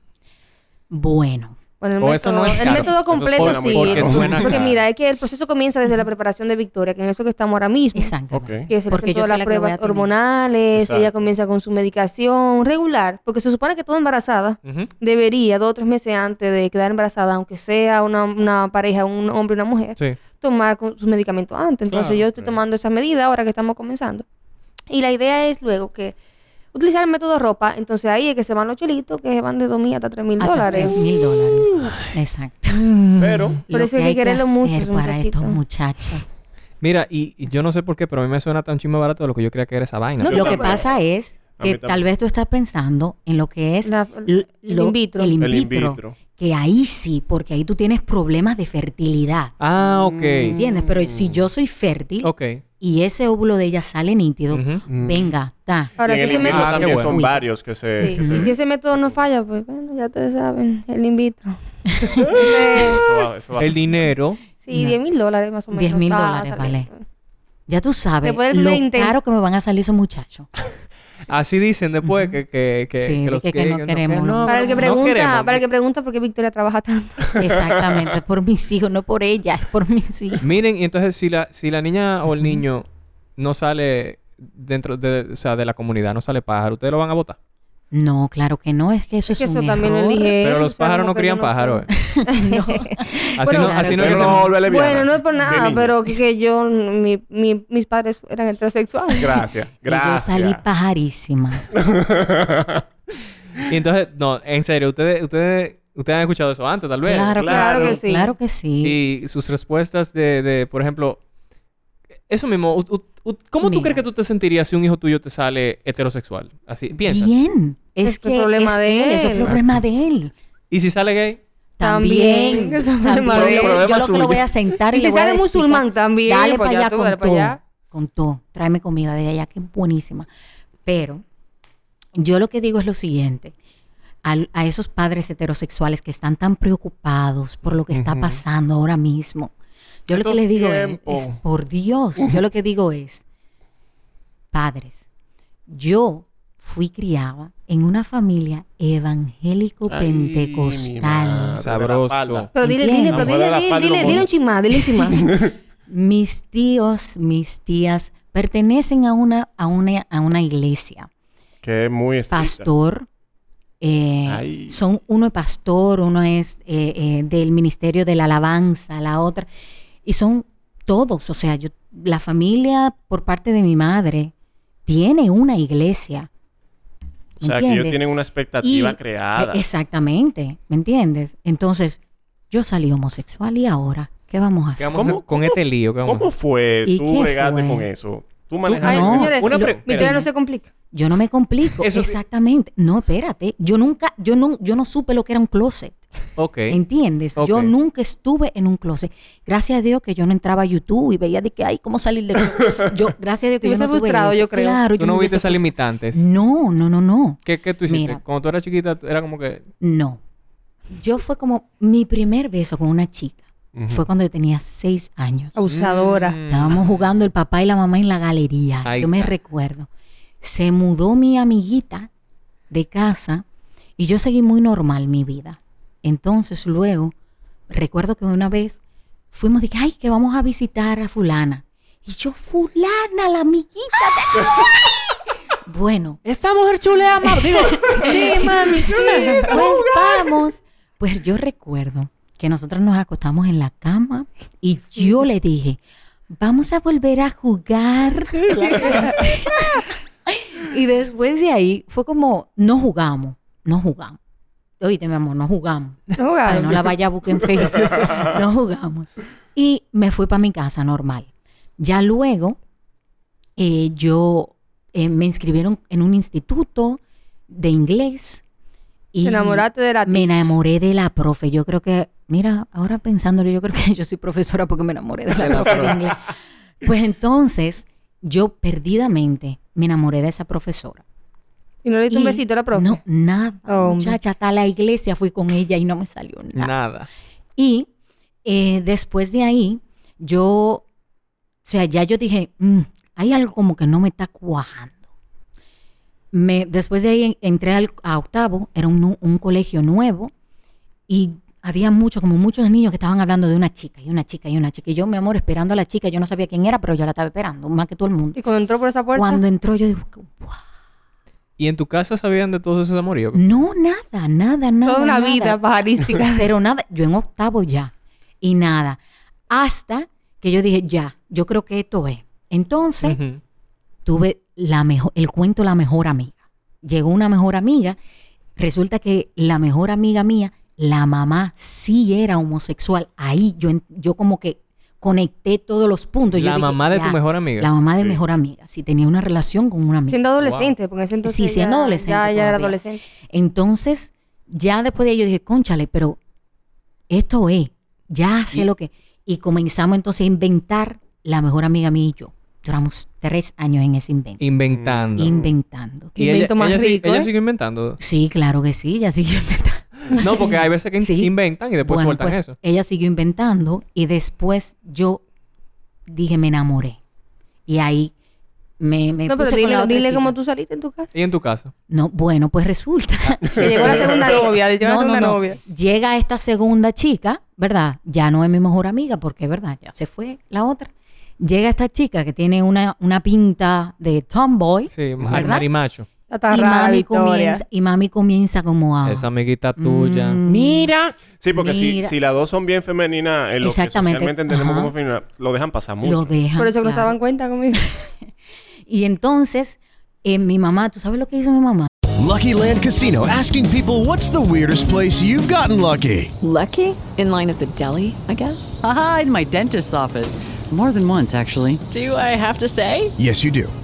Speaker 4: bueno,
Speaker 5: Bueno, el
Speaker 3: O
Speaker 5: método,
Speaker 3: eso no es
Speaker 5: el
Speaker 3: caro.
Speaker 5: método
Speaker 3: Eso
Speaker 5: completo
Speaker 2: suena muy
Speaker 5: sí.
Speaker 2: caro.
Speaker 3: Porque
Speaker 5: Porque,
Speaker 3: suena caro.
Speaker 5: mira, es que el proceso comienza desde la preparación de Victoria, que en eso que estamos ahora mismo.
Speaker 2: Ok.
Speaker 4: exactamente.
Speaker 5: Que se le
Speaker 4: Porque yo
Speaker 5: hacen todas
Speaker 4: soy
Speaker 5: las
Speaker 4: la que voy
Speaker 5: pruebas
Speaker 4: a tener.
Speaker 5: hormonales, ella
Speaker 2: Exacto.
Speaker 5: comienza con su medicación regular, porque se supone que toda embarazada
Speaker 3: Ujú.
Speaker 5: debería, dos o tres meses antes de quedar embarazada, aunque sea una, una pareja, un hombre y una mujer,
Speaker 3: Sí.
Speaker 5: tomar con- sus medicamentos antes. Entonces
Speaker 3: Claro,
Speaker 5: yo estoy
Speaker 2: ok.
Speaker 5: tomando esas medidas ahora que estamos comenzando. Y la idea es luego que utilizar el método ropa, entonces ahí es que se van los chelitos que se van de 2.000 hasta 3.000
Speaker 4: Hasta
Speaker 5: dólares.
Speaker 4: tres mil dólares. Exacto.
Speaker 2: Pero,
Speaker 5: Por
Speaker 4: Lo
Speaker 5: eso hay que quererlo mucho,
Speaker 4: hacer
Speaker 5: esos
Speaker 4: para estos muchachos.
Speaker 3: Mira, y, y yo no sé por qué, pero a mí me suena tan chisme barato de lo que yo creía que era esa vaina.
Speaker 5: No,
Speaker 4: Lo
Speaker 5: pero-
Speaker 4: que pasa es
Speaker 2: A mí
Speaker 4: que
Speaker 2: también.
Speaker 4: tal vez tú estás pensando en lo que es
Speaker 5: La-
Speaker 4: l-
Speaker 5: el
Speaker 4: lo-
Speaker 5: in vitro.
Speaker 4: el in
Speaker 2: el in
Speaker 4: vitro,
Speaker 2: vitro.
Speaker 4: Que ahí sí, porque ahí tú tienes problemas de fertilidad.
Speaker 3: Ah, ok.
Speaker 4: ¿Entiendes? Pero si yo soy fértil
Speaker 3: Ok.
Speaker 4: y ese óvulo de ella sale nítido,
Speaker 3: Ujú.
Speaker 4: venga, está.
Speaker 2: y
Speaker 5: Ahora, si
Speaker 2: en el
Speaker 5: ese
Speaker 2: in vitro
Speaker 5: método,
Speaker 3: Ah,
Speaker 2: también
Speaker 3: qué
Speaker 2: son
Speaker 4: bueno.
Speaker 2: varios que se...
Speaker 5: sí,
Speaker 2: que se-
Speaker 5: y si ese método no falla, pues bueno, ya ustedes saben, el in vitro. Entonces,
Speaker 2: Eso va, eso va.
Speaker 3: El dinero.
Speaker 5: sí,
Speaker 4: No.
Speaker 5: 10 mil dólares más o menos.
Speaker 4: 10.000
Speaker 5: está
Speaker 4: dólares,
Speaker 5: saliendo.
Speaker 4: Ya tú sabes
Speaker 5: Después del
Speaker 4: lo
Speaker 5: 20.
Speaker 4: caro que me van a salir esos muchachos.
Speaker 3: Así dicen después que, que, que,
Speaker 4: Sí,
Speaker 3: los
Speaker 4: dije que no queremos, no.
Speaker 5: Para el que
Speaker 3: no
Speaker 5: pregunta,
Speaker 3: queremos.
Speaker 5: para el que pregunta por qué Victoria trabaja tanto.
Speaker 4: Exactamente, por mis hijos, no por ella, es por mis hijos.
Speaker 3: Miren, y entonces si la, si la niña o el niño no sale dentro de, o sea, de la comunidad, no sale pájaro, ustedes lo van a votar.
Speaker 4: No, claro que no, es que eso
Speaker 5: Es
Speaker 4: es,
Speaker 5: que eso
Speaker 4: un
Speaker 5: tambibién lo
Speaker 4: error.
Speaker 5: dije.
Speaker 3: Pero
Speaker 5: él,
Speaker 3: los
Speaker 5: o sea,
Speaker 3: pájaros
Speaker 5: como
Speaker 3: no
Speaker 5: que
Speaker 3: crían
Speaker 5: yo no sé.
Speaker 3: pájaros. ¿eh?
Speaker 4: No.
Speaker 3: Así
Speaker 4: Bueno,
Speaker 3: no, así no
Speaker 4: claro
Speaker 3: es
Speaker 2: Pero
Speaker 3: que
Speaker 4: que
Speaker 3: se-
Speaker 4: no.
Speaker 2: vuelve lesbiana.
Speaker 5: Bueno, no es por
Speaker 2: Sí,
Speaker 5: nada,
Speaker 2: niña.
Speaker 5: pero que, que yo, mi, mi- mis padres eran heterosexuales.
Speaker 2: Gracias,
Speaker 4: Y yo
Speaker 2: gracias.
Speaker 4: salí pajarísima.
Speaker 3: Y entonces, no, en serio, ustedes, ustedes, ustedes han escuchado eso antes, tal vez.
Speaker 4: Claro,
Speaker 5: claro
Speaker 4: que
Speaker 5: que
Speaker 4: sí.
Speaker 5: sí.
Speaker 4: Claro que sí.
Speaker 3: Y sus respuestas de, de, por ejemplo, eso mismo, u- u- u- ¿cómo tú
Speaker 4: Mira.
Speaker 3: crees que tú te sentirías si un hijo tuyo te sale heterosexual? Así, piensa.
Speaker 4: Bien. Es
Speaker 5: Es
Speaker 4: que
Speaker 5: Este problema
Speaker 4: es
Speaker 5: de
Speaker 4: Eso es
Speaker 5: él.
Speaker 4: problema de él.
Speaker 3: ¿Y si sale gay?
Speaker 4: También.
Speaker 5: También, es un
Speaker 4: también.
Speaker 5: problema de
Speaker 4: Yo
Speaker 5: él.
Speaker 4: lo
Speaker 3: Problema
Speaker 4: que lo
Speaker 3: suyo.
Speaker 4: voy a sentar y,
Speaker 5: Y
Speaker 4: le
Speaker 5: si
Speaker 4: voy a
Speaker 5: sale
Speaker 4: explicar,
Speaker 5: musulmán también,
Speaker 4: Dale
Speaker 5: pues
Speaker 4: para
Speaker 5: ya
Speaker 4: allá
Speaker 5: tú,
Speaker 4: con
Speaker 5: dale para
Speaker 4: todo.
Speaker 5: allá.
Speaker 4: contó, tráeme comida de allá, que es buenísima. Pero yo lo que digo es lo siguiente. al- A, esos padres heterosexuales que están tan preocupados por lo que está pasando ahora mismo. Yo lo que
Speaker 2: Estos
Speaker 4: les digo es,
Speaker 2: tiempos.
Speaker 4: es, por Dios, yo lo que digo es, padres, yo fui criada en una familia evangélico pentecostal.
Speaker 3: Sabroso.
Speaker 5: Pero dile, dile, pero
Speaker 2: Vamos a
Speaker 5: dile,
Speaker 2: dar la
Speaker 5: dile,
Speaker 2: palo,
Speaker 5: dile,
Speaker 2: mono.
Speaker 5: dile un chismá, dile un chismá.
Speaker 4: mis tíos, mis tías pertenecen a una, a una, a una iglesia.
Speaker 2: Que es muy estricta.
Speaker 4: Pastor. eh,
Speaker 2: Ay.
Speaker 4: son uno es pastor, uno es eh, eh, del ministerio de la alabanza, la otra. Y son todos. O sea, yo, la familia por parte de mi madre tiene una iglesia.
Speaker 2: O sea, que ellos
Speaker 4: ¿entiendes?
Speaker 2: tienen una expectativa
Speaker 4: Y-
Speaker 2: creada.
Speaker 4: Eh, Exactamente, ¿me entiendes? Entonces, yo salí homosexual y ahora, ¿qué vamos a
Speaker 3: ¿Qué
Speaker 4: hacer?
Speaker 3: vamos a hacer
Speaker 2: ¿Cómo-
Speaker 3: con
Speaker 2: cómo-
Speaker 3: este lío? ¿Qué vamos a
Speaker 2: ¿Cómo
Speaker 3: hacer?
Speaker 2: fue
Speaker 4: ¿Y
Speaker 2: tú
Speaker 4: qué
Speaker 2: bregaste
Speaker 4: fue?
Speaker 2: con eso? Tú
Speaker 4: Ay,
Speaker 2: manejaste.
Speaker 4: no,
Speaker 5: señores,
Speaker 3: una
Speaker 5: lo-
Speaker 3: pre-
Speaker 5: mi tía
Speaker 3: espérate.
Speaker 5: no se complica.
Speaker 4: Yo no me complico.
Speaker 3: Eso-
Speaker 4: Exactamente. No, espérate. Yo nunca, yo no, yo no supe lo que era un closet.
Speaker 3: Ok.
Speaker 4: ¿Entiendes?
Speaker 3: Ok.
Speaker 4: Yo nunca estuve en un closet. Gracias a Dios que yo no entraba a YouTube y veía de que, ay, ¿cómo salir del closet? Yo, gracias a Dios que yo
Speaker 5: Te
Speaker 4: no
Speaker 5: hubiese
Speaker 4: tuve
Speaker 5: frustrado,
Speaker 4: eso.
Speaker 5: yo creo.
Speaker 4: Claro,
Speaker 3: Tú
Speaker 4: yo
Speaker 3: no viste
Speaker 4: hubiese
Speaker 3: esas
Speaker 4: pus-
Speaker 3: limitantes.
Speaker 4: No, no, no, no.
Speaker 3: ¿Qué, qué tú hiciste?
Speaker 4: Mira.
Speaker 3: Cuando tú eras chiquita, tú- era como que...
Speaker 4: No. Yo fue como mi primer beso con una chica. Fue cuando yo tenía seis años.
Speaker 5: Abusadora.
Speaker 3: Mm.
Speaker 4: Estábamos jugando el papá y la mamá en la galería.
Speaker 3: Ahí
Speaker 4: Yo me
Speaker 3: está.
Speaker 4: recuerdo. Se mudó mi amiguita de casa y yo seguí muy normal mi vida. Entonces luego, recuerdo que una vez fuimos, dije, ay, que vamos a visitar a fulana. Y yo, fulana, la amiguita. de- ¡Ay! bueno,
Speaker 3: Esta mujer chulea, amor. Digo,
Speaker 4: pues vamos. Pues yo recuerdo que nosotros nos acostamos en la cama y yo le dije, vamos a volver a jugar. y después de ahí fue como, no jugamos, no jugamos. Oíste, mi amor, no jugamos.
Speaker 5: No
Speaker 4: Ay,
Speaker 5: jugaba.
Speaker 4: no la vaya a buscar en Facebook. No jugamos. Y me fui para mi casa normal. Ya luego, eh, yo eh, me inscribieron en un instituto de inglés. Y
Speaker 5: Te enamoraste de la
Speaker 4: Me
Speaker 5: tía.
Speaker 4: enamoré de la profe. Yo creo que, mira, ahora pensándolo, yo creo que yo soy profesora porque me enamoré de la profe de inglés. Pues entonces, yo perdidamente me enamoré de esa profesora.
Speaker 5: Y no le diste un
Speaker 4: Y
Speaker 5: besito a la profe. Oh,
Speaker 4: No, nada.
Speaker 5: Hombre.
Speaker 4: Muchacha, hasta la iglesia fui con ella y no me salió nada.
Speaker 3: Nada.
Speaker 4: Y eh, después de ahí, yo, o sea, ya yo dije, "Mm, hay algo como que no me está cuajando. Me, después de ahí en- entré al, a octavo, era un, nu- un colegio nuevo y había muchos, como muchos niños que estaban hablando de una chica y una chica y una chica. Y yo, mi amor, esperando a la chica, yo no sabía quién era, pero yo la estaba esperando, más que todo el mundo.
Speaker 5: Y cuando entró por esa puerta,
Speaker 4: Cuando entró, yo digo, "Wow,
Speaker 3: ¿Y en tu casa sabían de todos esos amoríos?
Speaker 4: no, nada, nada, nada.
Speaker 5: toda una
Speaker 4: nada.
Speaker 5: vida pajarística.
Speaker 4: Pero nada, yo en octavo ya. Y nada. Hasta que yo dije, ya, yo creo que esto es. Entonces,
Speaker 3: Ujú.
Speaker 4: tuve la mejor, el cuento La Mejor Amiga. Llegó una mejor amiga. Resulta que la mejor amiga mía, la mamá, sí era homosexual. Ahí yo, en- yo como que conecté todos los puntos. Yo
Speaker 3: La
Speaker 4: dije,
Speaker 3: mamá de tu
Speaker 4: ya,
Speaker 3: mejor amiga.
Speaker 4: La mamá de mejor amiga. Sí, tenía una relación con una amiga.
Speaker 5: Siendo adolescente, porque en ese entonces
Speaker 4: Sí, siendo
Speaker 5: ya-
Speaker 4: adolescente
Speaker 5: Ya, ya era
Speaker 4: todavía.
Speaker 5: adolescente.
Speaker 4: Entonces, ya después de ello dije, conchale, pero esto es, ya sé lo que. Y comenzamos entonces a inventar la mejor amiga mía y yo. Duramos tres años en ese invento. Mm.
Speaker 3: Inventando.
Speaker 4: Inventando.
Speaker 5: Qué invento más
Speaker 3: sigue-
Speaker 5: rico,
Speaker 3: ella
Speaker 5: ¿eh?
Speaker 3: sigue inventando.
Speaker 4: Sí, claro que sí, ya siguió inventando.
Speaker 3: No, porque hay veces que in-
Speaker 4: Sí.
Speaker 3: inventan y después
Speaker 4: Bueno,
Speaker 3: sueltan
Speaker 4: pues,
Speaker 3: eso.
Speaker 4: Ella siguió inventando y después yo dije, me enamoré. Y ahí me, me
Speaker 5: No, pero
Speaker 4: puse con la
Speaker 5: dile,
Speaker 4: otra
Speaker 5: dile cómo
Speaker 4: chica.
Speaker 5: tú saliste en tu casa.
Speaker 3: ¿Y en tu casa?
Speaker 4: No, bueno, pues resulta.
Speaker 5: Que llegó la segunda novia, le llegó
Speaker 4: No, no,
Speaker 5: la segunda
Speaker 4: no.
Speaker 5: novia.
Speaker 4: Llega esta segunda chica, ¿verdad? Ya no es mi mejor amiga, porque, ¿verdad? Ya se fue la otra. Llega esta chica que tiene una, una pinta de tomboy.
Speaker 3: Sí, ma-
Speaker 4: ¿verdad?
Speaker 3: marimacho.
Speaker 5: Ya está
Speaker 4: y,
Speaker 5: rara,
Speaker 4: mami
Speaker 5: Victoria.
Speaker 4: comienza, y mami comienza como a...
Speaker 3: Esa amiguita tuya.
Speaker 4: Mm. Mira.
Speaker 2: Sí, porque si,
Speaker 4: Mira.
Speaker 2: si las dos son bien femeninas, en lo que
Speaker 4: Exactamente.
Speaker 2: socialmente entendemos
Speaker 4: Ajá.
Speaker 2: como femenina, lo dejan pasar mucho.
Speaker 4: Lo dejan.
Speaker 5: Por eso que no se
Speaker 4: claro.
Speaker 5: daban cuenta conmigo.
Speaker 4: Y entonces, eh, mi mamá, ¿tú sabes lo que hizo mi mamá?
Speaker 8: Lucky Land Casino asking people what's the weirdest place you've gotten lucky?
Speaker 9: Lucky? In line at the deli, I guess?
Speaker 10: Aha, in my dentist's office.
Speaker 9: More than once, actually.
Speaker 10: Do I have to say?
Speaker 8: Yes, you do.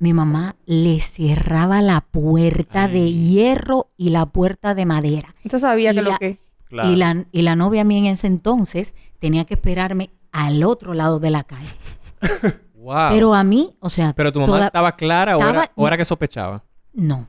Speaker 4: Mi mamá le cerraba la puerta de hierro y la puerta de madera.
Speaker 5: Entonces sabía que lo que.
Speaker 4: Y, la, y la novia mía en ese entonces tenía que esperarme al otro lado de la calle.
Speaker 3: Wow.
Speaker 4: Pero a mí, o sea...
Speaker 3: Ah. Pero tu mamá
Speaker 4: toda-
Speaker 3: estaba clara o,
Speaker 4: estaba-
Speaker 3: era, o era que sospechaba.
Speaker 4: No.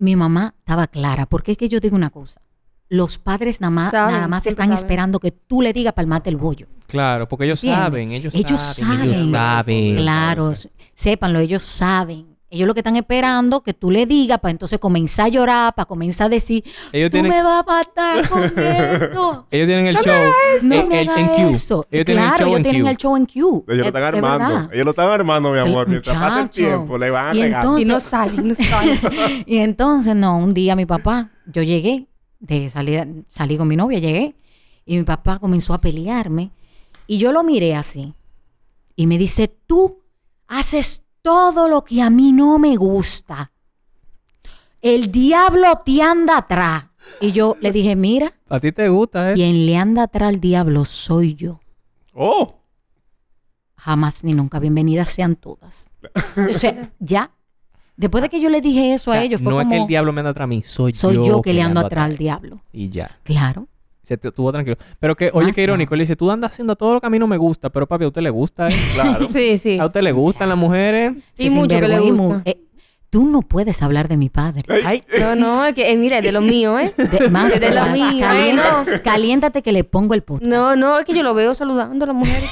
Speaker 4: Mi mamá estaba clara, porque es que yo digo una cosa. Los padres nada más,
Speaker 5: Saben,
Speaker 4: nada más
Speaker 5: siempre
Speaker 4: están
Speaker 5: saben.
Speaker 4: esperando que tú le digas palmate el bollo.
Speaker 3: Claro, porque ellos
Speaker 4: ¿Entiendes?
Speaker 3: saben, ellos,
Speaker 4: Ellos
Speaker 3: saben,
Speaker 4: saben.
Speaker 3: Ellos saben.
Speaker 4: Claro, sépanlo, ellos saben. Ellos lo que están esperando que tú le digas para entonces comenzar a llorar, para comenzar a decir,
Speaker 3: Ellos
Speaker 4: tú
Speaker 3: tienen-
Speaker 4: me vas a matar con esto.
Speaker 3: Ellos tienen el
Speaker 4: No me
Speaker 3: show
Speaker 4: hagas eso.
Speaker 3: en-
Speaker 4: No me
Speaker 3: en-
Speaker 4: hagas
Speaker 3: en Q.
Speaker 4: eso.
Speaker 3: Ellos tienen el
Speaker 4: claro,
Speaker 3: show
Speaker 4: ellos
Speaker 3: en
Speaker 4: tienen
Speaker 3: Q.
Speaker 4: el show en Q.
Speaker 2: Ellos lo
Speaker 4: Es-
Speaker 2: están
Speaker 4: es verdad.
Speaker 2: armando. Ellos lo están armando, mi amor. Mientras pasa el
Speaker 4: muchacho.
Speaker 2: tiempo, le van a
Speaker 4: Y
Speaker 2: pegar.
Speaker 4: entonces-
Speaker 5: Y no salen, no salen.
Speaker 4: Y entonces, no, un día mi papá, yo llegué, de salir, salí con mi novia, llegué, y mi papá comenzó a pelearme. Y yo lo miré así. Y me dice, tú haces todo lo que a mí no me gusta. El diablo te anda atrás. Y yo le dije, mira,
Speaker 3: A ti te gusta, ¿eh?
Speaker 4: quien le anda atrás al diablo soy yo.
Speaker 2: ¡Oh!
Speaker 4: Jamás ni nunca. Bienvenidas sean todas. O sea, ya. Después de que yo le dije eso
Speaker 3: O sea,
Speaker 4: a ellos, fue
Speaker 3: no
Speaker 4: como...
Speaker 3: es que el diablo me anda atrás a mí, soy,
Speaker 4: soy yo, que le ando
Speaker 3: ando
Speaker 4: atrás al diablo.
Speaker 3: Y ya.
Speaker 4: Claro.
Speaker 3: Se te- tuvo tranquilo. Pero que, oye,
Speaker 4: Más
Speaker 3: qué irónico. Él dice, tú andas haciendo todo lo que a mí no me gusta, pero papi, a usted le gusta, ¿eh?
Speaker 2: Claro.
Speaker 5: Sí, sí.
Speaker 3: A usted le gustan las mujeres.
Speaker 4: Sí,
Speaker 5: Y mucho que le
Speaker 4: sinvergüenza, y mu-
Speaker 5: gusta.
Speaker 4: eh, tú no puedes hablar de mi padre.
Speaker 3: Ay,
Speaker 5: No, no, es que, eh, mira, es de lo mío, ¿eh?
Speaker 4: De- más
Speaker 5: De lo
Speaker 4: ca-
Speaker 5: mío, eh, no.
Speaker 4: caliéntate, caliéntate que le pongo el puto.
Speaker 5: No, no, es que yo lo veo saludando a las mujeres.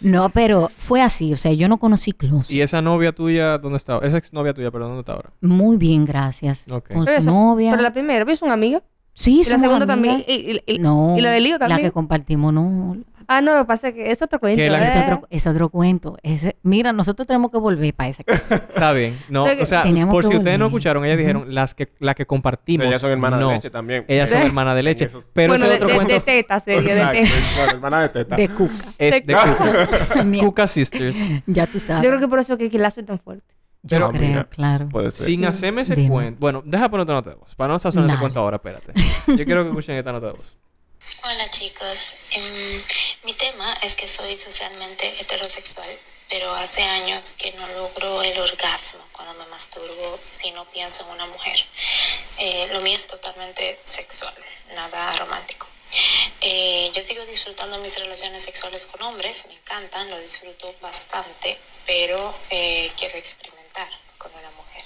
Speaker 4: No, pero fue así. O sea, yo no conocí closet.
Speaker 3: ¿Y esa novia tuya dónde está? Esa exnovia tuya, pero ¿dónde está ahora?
Speaker 4: Muy bien, gracias.
Speaker 3: Ok.
Speaker 4: Con su
Speaker 5: Pero eso-
Speaker 4: novia.
Speaker 5: Pero la primera, ¿ves un amigo?
Speaker 4: sí,
Speaker 5: Y la
Speaker 4: somos
Speaker 5: segunda
Speaker 4: amigas.
Speaker 5: también. Y, y- y-
Speaker 4: No.
Speaker 5: y la del lío
Speaker 4: La que
Speaker 5: también.
Speaker 4: compartimos, no.
Speaker 5: Ah, no, lo que pasa es que es otro cuento.
Speaker 3: Que la-
Speaker 5: ¿eh?
Speaker 4: Es otro, es otro cuento. Ese- mira, nosotros tenemos que volver para esa.
Speaker 3: Está bien. No,
Speaker 5: Pero que-
Speaker 3: o sea,
Speaker 4: Teníamos
Speaker 3: por
Speaker 4: que
Speaker 3: si ustedes no
Speaker 4: volver.
Speaker 3: escucharon, ellas dijeron las que, la que compartimos.
Speaker 2: O sea, ellas son hermanas de
Speaker 3: no.
Speaker 2: leche también.
Speaker 3: Ellas son
Speaker 2: Sí.
Speaker 3: hermanas de leche.
Speaker 2: Eso es-
Speaker 3: Pero
Speaker 5: bueno,
Speaker 3: ese
Speaker 5: de,
Speaker 3: otro
Speaker 5: de-
Speaker 3: cuento
Speaker 5: de teta sería, de
Speaker 2: Exacto,
Speaker 5: teta.
Speaker 2: claro, hermana de teta.
Speaker 4: De Cuca.
Speaker 3: es de
Speaker 5: de-
Speaker 3: Cuca.
Speaker 4: Mira,
Speaker 3: Cuca Sisters.
Speaker 4: ya tú sabes.
Speaker 5: Yo creo que por eso que que el lazo es tan fuerte.
Speaker 4: Yo
Speaker 3: Pero-
Speaker 4: creo,
Speaker 2: Mira,
Speaker 4: claro.
Speaker 2: Puede ser.
Speaker 3: Sin hacerme ese
Speaker 4: Dime.
Speaker 3: cuento. Bueno, deja ponerte nota de voz. Para no hacer ese
Speaker 4: Dale.
Speaker 3: cuento ahora, espérate. Yo quiero que escuchen esta nota de voz.
Speaker 11: Hola chicos, Em, mi tema es que soy socialmente heterosexual, pero hace años que no logro el orgasmo cuando me masturbo si no pienso en una mujer. Eh, lo mío es totalmente sexual, nada romántico. Eh, yo sigo disfrutando mis relaciones sexuales con hombres, me encantan, lo disfruto bastante, pero eh, quiero experimentar con una mujer.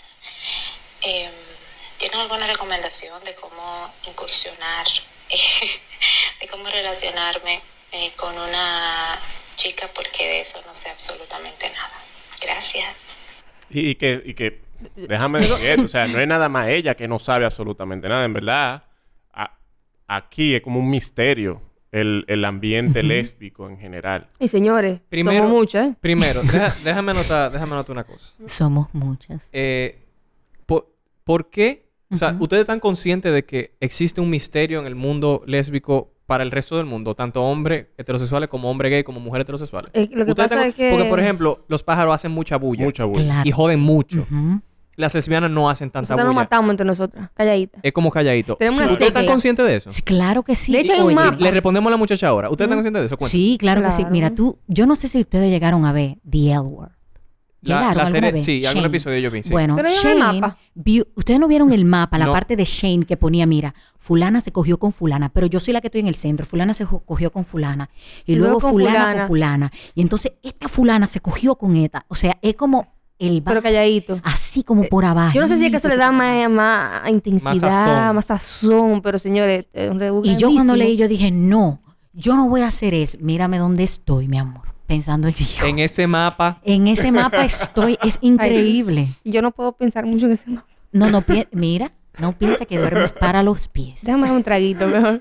Speaker 11: Eh, ¿Tienen alguna recomendación de cómo incursionar, eh, de cómo relacionarme eh, con una chica? Porque de eso no sé absolutamente nada. Gracias.
Speaker 2: Y, y que, y que, déjame decir esto, o sea, no es nada más ella que no sabe absolutamente nada. En verdad, a- aquí es como un misterio el, el ambiente lésbico en general.
Speaker 5: Y señores,
Speaker 3: Primero-
Speaker 5: somos muchos, ¿eh?
Speaker 3: Primero, deja- déjame anotar, déjame anotar una cosa.
Speaker 4: Somos muchas.
Speaker 3: Eh, po- ¿Por qué? O sea,
Speaker 4: Ujú.
Speaker 3: ¿ustedes están conscientes de que existe un misterio en el mundo lésbico para el resto del mundo? Tanto hombres heterosexuales como hombres gay como mujeres heterosexuales.
Speaker 5: Eh, lo que
Speaker 3: ¿Ustedes
Speaker 5: pasa
Speaker 3: están-
Speaker 5: es que...
Speaker 3: Porque, por ejemplo, los pájaros hacen mucha bulla.
Speaker 2: Mucha bulla.
Speaker 4: Claro.
Speaker 3: Y joden mucho.
Speaker 4: Ujú.
Speaker 3: Las lesbianas no hacen tanta
Speaker 5: Nosotras nos
Speaker 3: bulla.
Speaker 5: matamos entre nosotras, calladita.
Speaker 3: Es como calladito.
Speaker 5: Tenemos una
Speaker 3: ¿Ustedes están
Speaker 5: secta.
Speaker 3: conscientes de eso?
Speaker 4: Sí, claro que sí.
Speaker 5: De hecho, hay un
Speaker 4: Oye,
Speaker 5: mapa.
Speaker 3: Le respondemos a la muchacha ahora. ¿Ustedes están conscientes de eso? Cuéntame.
Speaker 4: Sí, claro, que sí. Mira,
Speaker 5: Claro.
Speaker 4: tú, yo no sé si ustedes llegaron a ver The L Word.
Speaker 3: La,
Speaker 4: ¿Llegaron
Speaker 3: la
Speaker 4: alguna
Speaker 3: serie,
Speaker 4: vez?
Speaker 3: sí, algún
Speaker 4: Shane.
Speaker 3: episodio yo vi. sí.
Speaker 4: Bueno,
Speaker 5: Pero vieron el
Speaker 4: Shane,
Speaker 5: mapa.
Speaker 4: vio- ustedes no vieron el mapa, la
Speaker 3: No.
Speaker 4: parte de Shane que ponía, mira, fulana se cogió con fulana, pero yo soy la que estoy en el centro, fulana se jo- cogió con fulana, y
Speaker 5: Luego
Speaker 4: luego
Speaker 5: con
Speaker 4: fulana
Speaker 5: fulana.
Speaker 4: con fulana, y entonces esta fulana se cogió con esta, o sea, es como el
Speaker 5: Pero calladito.
Speaker 4: Así como por abajo.
Speaker 5: Yo no sé si es que eso le da más, más intensidad,
Speaker 4: sazón.
Speaker 5: más sazón, pero señores, es un revuelo
Speaker 4: Y yo
Speaker 5: grandísimo.
Speaker 4: cuando leí, yo dije, no, yo no voy a hacer eso. Mírame dónde estoy, mi amor. Pensando en Dios.
Speaker 3: En ese mapa.
Speaker 4: En ese mapa estoy, es increíble.
Speaker 5: yo no puedo pensar mucho en ese mapa.
Speaker 4: No, no, pi- mira, no piensa que duermes para los pies.
Speaker 5: Dame un traguito mejor.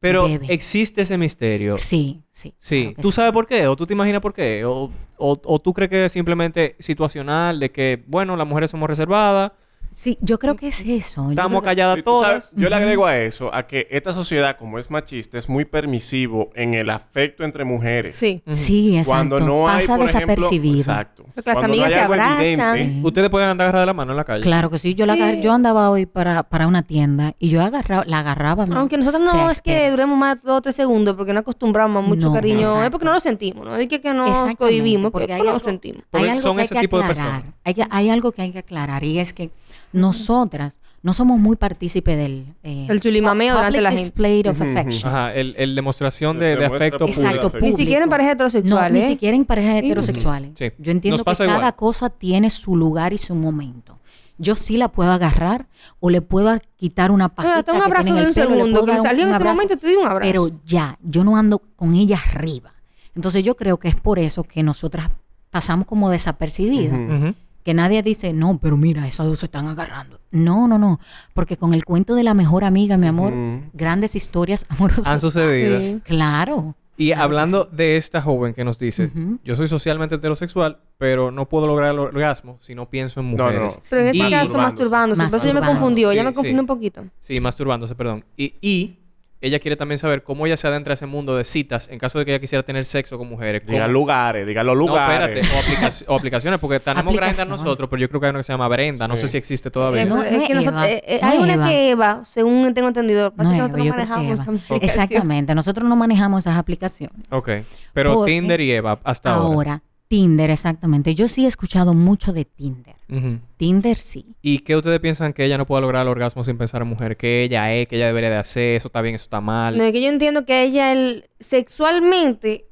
Speaker 3: Pero existe ese misterio.
Speaker 4: Sí, sí.
Speaker 3: Sí. ¿Tú sabes por qué? ¿O tú te imaginas por qué? ¿O, o, o tú crees que es simplemente situacional de que, bueno, las mujeres somos reservadas?
Speaker 4: Sí, yo creo que es eso. Yo creo
Speaker 3: Estamos
Speaker 4: que-
Speaker 3: calladas
Speaker 2: Y tú
Speaker 3: todas.
Speaker 2: sabes, yo le agrego a eso, a que esta sociedad, como es machista, es muy permisivo en el afecto entre mujeres.
Speaker 5: Sí.
Speaker 4: Ujú. Sí, exacto.
Speaker 2: Cuando no hay,
Speaker 4: Pasa
Speaker 2: por ejemplo,
Speaker 4: desapercibido.
Speaker 2: exacto.
Speaker 5: Porque las amigas se abrazan.
Speaker 3: Ustedes pueden andar agarradas de la mano en la calle.
Speaker 4: Claro que sí, yo, la agar-
Speaker 5: Sí.
Speaker 4: yo andaba hoy para, para una tienda y yo agarraba, la agarraba. mi-
Speaker 5: Aunque nosotros
Speaker 4: o
Speaker 5: no
Speaker 4: sea,
Speaker 5: es que duremos más dos o tres segundos porque no acostumbramos a mucho
Speaker 4: No,
Speaker 5: cariño. Es
Speaker 4: exacto.
Speaker 5: porque no lo sentimos, no es que, que nos
Speaker 4: Exactamente,
Speaker 5: cohibimos,
Speaker 4: porque
Speaker 5: porque
Speaker 4: hay
Speaker 5: no lo
Speaker 4: algo-
Speaker 5: sentimos.
Speaker 4: hay algo que hay que aclarar. Hay, que- hay algo que hay que aclarar y es que nosotras no somos muy partícipes del... eh,
Speaker 5: El chulimameo delante de la
Speaker 4: public
Speaker 5: gente.
Speaker 4: display of
Speaker 3: Ujú, ujú.
Speaker 4: affection.
Speaker 3: Ajá, el, el demostración de, de
Speaker 4: demuestra
Speaker 3: afecto
Speaker 4: público. Exacto,
Speaker 3: público.
Speaker 5: Ni siquiera en parejas heterosexuales.
Speaker 4: No, ni siquiera en parejas
Speaker 5: Sí.
Speaker 4: heterosexuales.
Speaker 3: Sí.
Speaker 4: Yo entiendo
Speaker 3: Nos
Speaker 4: que
Speaker 3: pasa
Speaker 4: cada
Speaker 3: igual.
Speaker 4: cosa tiene su lugar y su momento. Yo sí la puedo agarrar o le puedo ar- quitar una
Speaker 5: No,
Speaker 4: pajita
Speaker 5: Ah, hasta un
Speaker 4: que
Speaker 5: abrazo
Speaker 4: tiene en
Speaker 5: de
Speaker 4: el
Speaker 5: un
Speaker 4: pelo, le
Speaker 5: segundo.
Speaker 4: puedo
Speaker 5: Que
Speaker 4: dar un-
Speaker 5: salió en
Speaker 4: un
Speaker 5: ese
Speaker 4: abrazo,
Speaker 5: momento, te di un abrazo.
Speaker 4: Pero ya, yo no ando con ella arriba. Entonces yo creo que es por eso que nosotras pasamos como desapercibidas.
Speaker 9: Ujú. Ujú.
Speaker 4: Que nadie dice, no, pero mira, esas dos se están agarrando. No, no, no. Porque con el cuento de la mejor amiga, mi amor, grandes historias amorosas.
Speaker 3: Han sucedido. Sí.
Speaker 4: Claro.
Speaker 3: Y hablando de esta joven que nos dice, yo soy socialmente heterosexual, pero no puedo lograr el orgasmo si no pienso en
Speaker 2: no.
Speaker 3: mujeres.
Speaker 5: Pero en este
Speaker 3: Y-
Speaker 5: caso, masturbándose. Por eso yo me confundió, ya me confundí un poquito.
Speaker 3: Sí, masturbándose, perdón. Y, y ella quiere también saber cómo ella se adentra a ese mundo de citas en caso de que ella quisiera tener sexo con mujeres.
Speaker 2: Diga
Speaker 3: ¿Cómo?
Speaker 2: lugares, diga los
Speaker 3: No,
Speaker 2: lugares.
Speaker 3: espérate, o, aplicaci- o aplicaciones, porque tenemos Grindr
Speaker 2: Aplicaciones.
Speaker 3: nosotros, pero yo creo que hay una que se llama Brenda, no
Speaker 2: Sí.
Speaker 3: sé si existe todavía.
Speaker 5: Eh,
Speaker 4: No,
Speaker 5: es
Speaker 4: no
Speaker 5: que
Speaker 4: es
Speaker 5: nosotros-
Speaker 4: Eva,
Speaker 5: eh, eh,
Speaker 4: no
Speaker 5: hay
Speaker 4: es
Speaker 5: una
Speaker 4: Eva.
Speaker 5: que Eva, según tengo entendido, pasa
Speaker 4: No,
Speaker 5: que
Speaker 4: Eva,
Speaker 5: nosotros no
Speaker 4: yo creo que
Speaker 5: manejamos
Speaker 4: Eva.
Speaker 5: esa aplicación.
Speaker 4: Exactamente, nosotros no manejamos esas aplicaciones.
Speaker 3: Ok. Pero
Speaker 4: Porque
Speaker 3: Tinder y Eva, hasta
Speaker 4: ahora.
Speaker 3: ahora.
Speaker 4: Tinder, exactamente. Yo sí he escuchado mucho de Tinder.
Speaker 3: Ujú.
Speaker 4: Tinder sí.
Speaker 3: ¿Y qué ustedes piensan que ella no pueda lograr el orgasmo sin pensar en mujer? ¿Qué ella es? ¿Qué ella debería de hacer? ¿Eso está bien? ¿Eso está mal?
Speaker 5: No, es que yo entiendo que ella el, sexualmente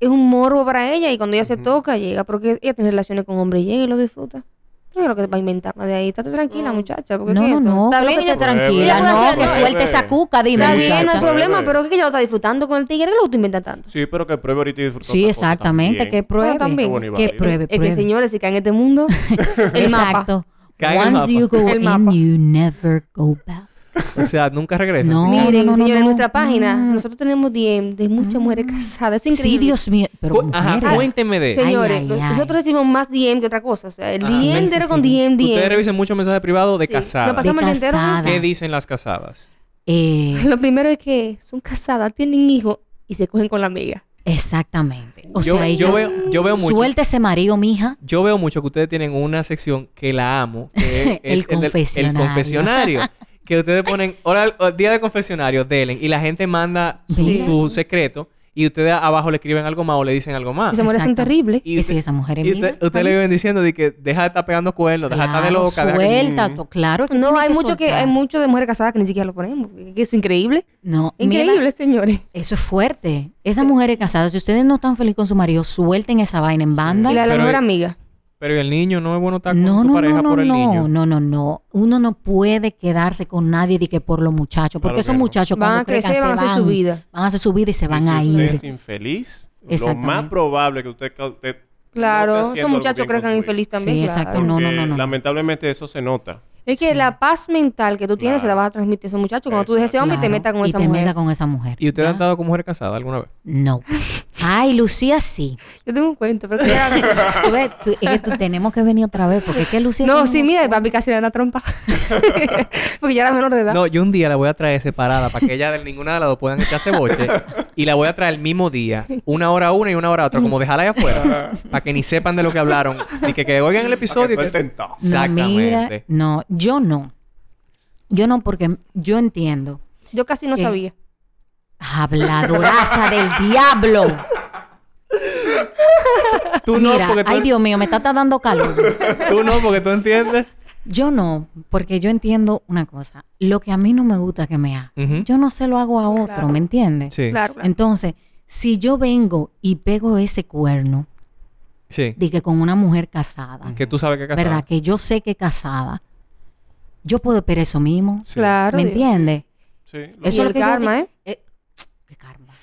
Speaker 5: es un morbo para ella y cuando ella se toca llega, porque ella tiene relaciones con hombre y llega y lo disfruta. No creo que va a inventar más de ahí. Estate tranquila, muchacha. Porque
Speaker 4: No,
Speaker 5: ¿qué es
Speaker 4: no,
Speaker 5: esto?
Speaker 4: no,
Speaker 5: Está
Speaker 4: creo
Speaker 5: bien,
Speaker 4: que
Speaker 5: Mm. ella-
Speaker 4: esté tranquila,
Speaker 5: ella puede
Speaker 4: no,
Speaker 5: hacer-
Speaker 4: que suelte esa cuca, dime,
Speaker 5: Está bien, no
Speaker 4: muchacha.
Speaker 5: hay problema, pero es que ella lo está disfrutando con el tigre, que lo está inventando tanto.
Speaker 2: Sí, pero que pruebe ahorita y disfrute.
Speaker 4: Sí, exactamente, que pruebe.
Speaker 5: Bueno, también.
Speaker 2: Qué bonito.
Speaker 4: que pruebe,
Speaker 5: Es que
Speaker 4: pruebe.
Speaker 5: señores, si caen en este mundo, el
Speaker 4: Exacto.
Speaker 3: Cae en el
Speaker 4: Once you
Speaker 3: mapa.
Speaker 4: go
Speaker 3: El
Speaker 4: in,
Speaker 3: mapa.
Speaker 4: you never go back.
Speaker 3: O sea, nunca regresa.
Speaker 4: No.
Speaker 5: Miren,
Speaker 4: no, no,
Speaker 5: señores,
Speaker 4: no,
Speaker 5: en
Speaker 4: Mm.
Speaker 5: nuestra página, nosotros tenemos DM de muchas mujeres casadas. Eso es
Speaker 4: Sí,
Speaker 5: increíble. Ah,
Speaker 4: Dios mío. Pero
Speaker 3: Cu- ajá,
Speaker 4: mujeres.
Speaker 3: cuénteme de-
Speaker 5: Señores,
Speaker 3: Ay, ay, ay.
Speaker 5: nosotros recibimos más DM que otra cosa. O sea, el
Speaker 3: Ah.
Speaker 5: DM entero con DM,
Speaker 3: Ustedes
Speaker 5: DM.
Speaker 3: revisen muchos mensajes privados de casadas.
Speaker 5: Nos pasamos el día entero.
Speaker 3: ¿Qué dicen las casadas?
Speaker 4: eh,
Speaker 5: Lo primero es que son casadas, tienen hijos y se cogen con la amiga.
Speaker 4: Exactamente. O
Speaker 3: Yo-
Speaker 4: sea,
Speaker 3: yo
Speaker 4: ella-
Speaker 3: veo- yo veo mucho.
Speaker 4: Suelta ese marido, mija.
Speaker 3: Yo veo mucho que ustedes tienen una sección que la amo, que
Speaker 4: El
Speaker 3: es del-
Speaker 4: confesionario.
Speaker 3: el confesionario. que ustedes ponen, hora, o- día de confesionario, delen, y la gente manda su,
Speaker 4: Mira.
Speaker 3: su secreto, y ustedes abajo le escriben algo más o le dicen
Speaker 4: Ah,
Speaker 3: algo más.
Speaker 5: Esas mujeres son
Speaker 3: Exacto.
Speaker 5: terribles.
Speaker 3: Y
Speaker 4: Sí, esa mujer es
Speaker 3: Y usted-
Speaker 4: mía.
Speaker 3: ustedes le viven diciendo de que deja de estar pegando cuernos, deja de estar de
Speaker 4: Claro,
Speaker 3: loca. deja que-
Speaker 4: suelta,
Speaker 3: Mm.
Speaker 4: to- claro. que
Speaker 5: No,
Speaker 4: tiene
Speaker 5: hay
Speaker 4: que
Speaker 5: mucho que
Speaker 4: soltar.
Speaker 5: hay mucho de mujeres casadas que ni siquiera lo ponemos. que Eso es increíble.
Speaker 4: No,
Speaker 5: Increíble,
Speaker 4: mira,
Speaker 5: señores.
Speaker 4: Eso es fuerte. Esas mujeres casadas, si ustedes no están felices con su marido, suelten esa vaina en banda.
Speaker 3: Y la de la Pero- mejor
Speaker 5: amiga.
Speaker 3: Pero ¿y el niño no es bueno estar con
Speaker 4: No,
Speaker 3: su
Speaker 4: no,
Speaker 3: pareja
Speaker 4: no, no,
Speaker 3: por el niño.
Speaker 4: no, no, no, no. Uno no puede quedarse con nadie de que por los muchachos, porque
Speaker 2: Claro
Speaker 4: esos
Speaker 2: que no.
Speaker 4: muchachos
Speaker 5: Van
Speaker 4: cuando
Speaker 5: a crecer,
Speaker 4: crezcan
Speaker 5: van a
Speaker 4: se
Speaker 5: hacer su vida.
Speaker 4: Van a hacer su vida y se van a
Speaker 2: si usted es
Speaker 4: ir.
Speaker 2: infeliz, lo
Speaker 4: Exactamente.
Speaker 2: más probable que usted... ca- usted no esté
Speaker 5: Claro,
Speaker 2: haciendo
Speaker 5: esos
Speaker 2: algo
Speaker 5: muchachos
Speaker 2: bien con
Speaker 5: crezcan
Speaker 2: su
Speaker 5: infeliz también.
Speaker 4: Sí,
Speaker 5: claro.
Speaker 4: exacto. No, no,
Speaker 2: Porque
Speaker 4: no, no, no.
Speaker 2: Lamentablemente eso se nota.
Speaker 5: Es que la paz mental que tú tienes se la vas a transmitir a esos muchachos cuando tú dejes ese hombre y te
Speaker 4: Claro,
Speaker 5: metas con
Speaker 4: y
Speaker 5: esa
Speaker 4: te
Speaker 5: mujer.
Speaker 4: metas con esa mujer.
Speaker 3: ¿Y ustedes han estado con mujer casada alguna vez?
Speaker 4: No. Ay, Lucía sí.
Speaker 5: Yo tengo un cuento, pero que ya la-
Speaker 4: Tú ves, tú- es que tú- tenemos que venir otra vez, porque es que Lucía...
Speaker 5: No,
Speaker 4: tiene
Speaker 5: sí,
Speaker 4: unos-
Speaker 5: mira, el papi casi le da una trompa. Porque ya era menor de edad.
Speaker 3: No, yo un día la voy a traer separada para que ella de ninguna de las dos puedan echarse boche. y la voy a traer el mismo día. Una hora a una y una hora a otra. Como dejarla ahí afuera. para que ni sepan de lo que hablaron. Y que, que oigan el episodio. y que-
Speaker 4: No, mira,
Speaker 3: Exactamente.
Speaker 4: no, yo no. Yo no, porque yo entiendo.
Speaker 5: Yo casi no
Speaker 4: ¿Qué?
Speaker 5: sabía.
Speaker 4: Habladoraza del diablo.
Speaker 3: Tú no,
Speaker 4: Mira,
Speaker 3: porque tú
Speaker 4: ay
Speaker 3: eres-
Speaker 4: Dios mío, me está está dando calor.
Speaker 3: Tú no, porque tú entiendes.
Speaker 4: Yo no, porque yo entiendo una cosa. Lo que a mí no me gusta que me haga,
Speaker 3: Ujú.
Speaker 4: yo no se lo hago a otro, ¿me entiendes?
Speaker 3: Sí. Claro,
Speaker 4: Entonces, si yo vengo y pego ese cuerno,
Speaker 3: Sí.
Speaker 4: de que con una mujer casada.
Speaker 3: Que tú sabes que es casada.
Speaker 4: ¿Verdad? Que yo sé que casada. Yo puedo esperar eso mismo.
Speaker 3: Sí. Claro,
Speaker 4: ¿Me
Speaker 3: Dios.
Speaker 4: entiendes?
Speaker 2: Sí.
Speaker 4: Eso es lo que yo di- eh, ¿Qué karma?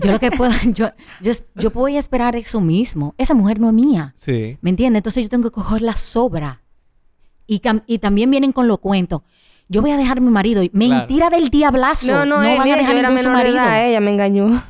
Speaker 4: yo lo que puedo, yo, yo, es- yo voy a esperar eso mismo. Esa mujer no es mía.
Speaker 3: Sí.
Speaker 4: ¿Me entiendes? Entonces yo tengo que coger la sobra. Y, cam- y también vienen con los cuentos. Yo voy a dejar a mi marido. Mentira del diablazo.
Speaker 5: No, no, eh,
Speaker 4: van
Speaker 5: mira,
Speaker 4: a dejar
Speaker 5: yo era
Speaker 4: ningún su
Speaker 5: menor de
Speaker 4: marido.
Speaker 5: edad, eh. ella me engañó.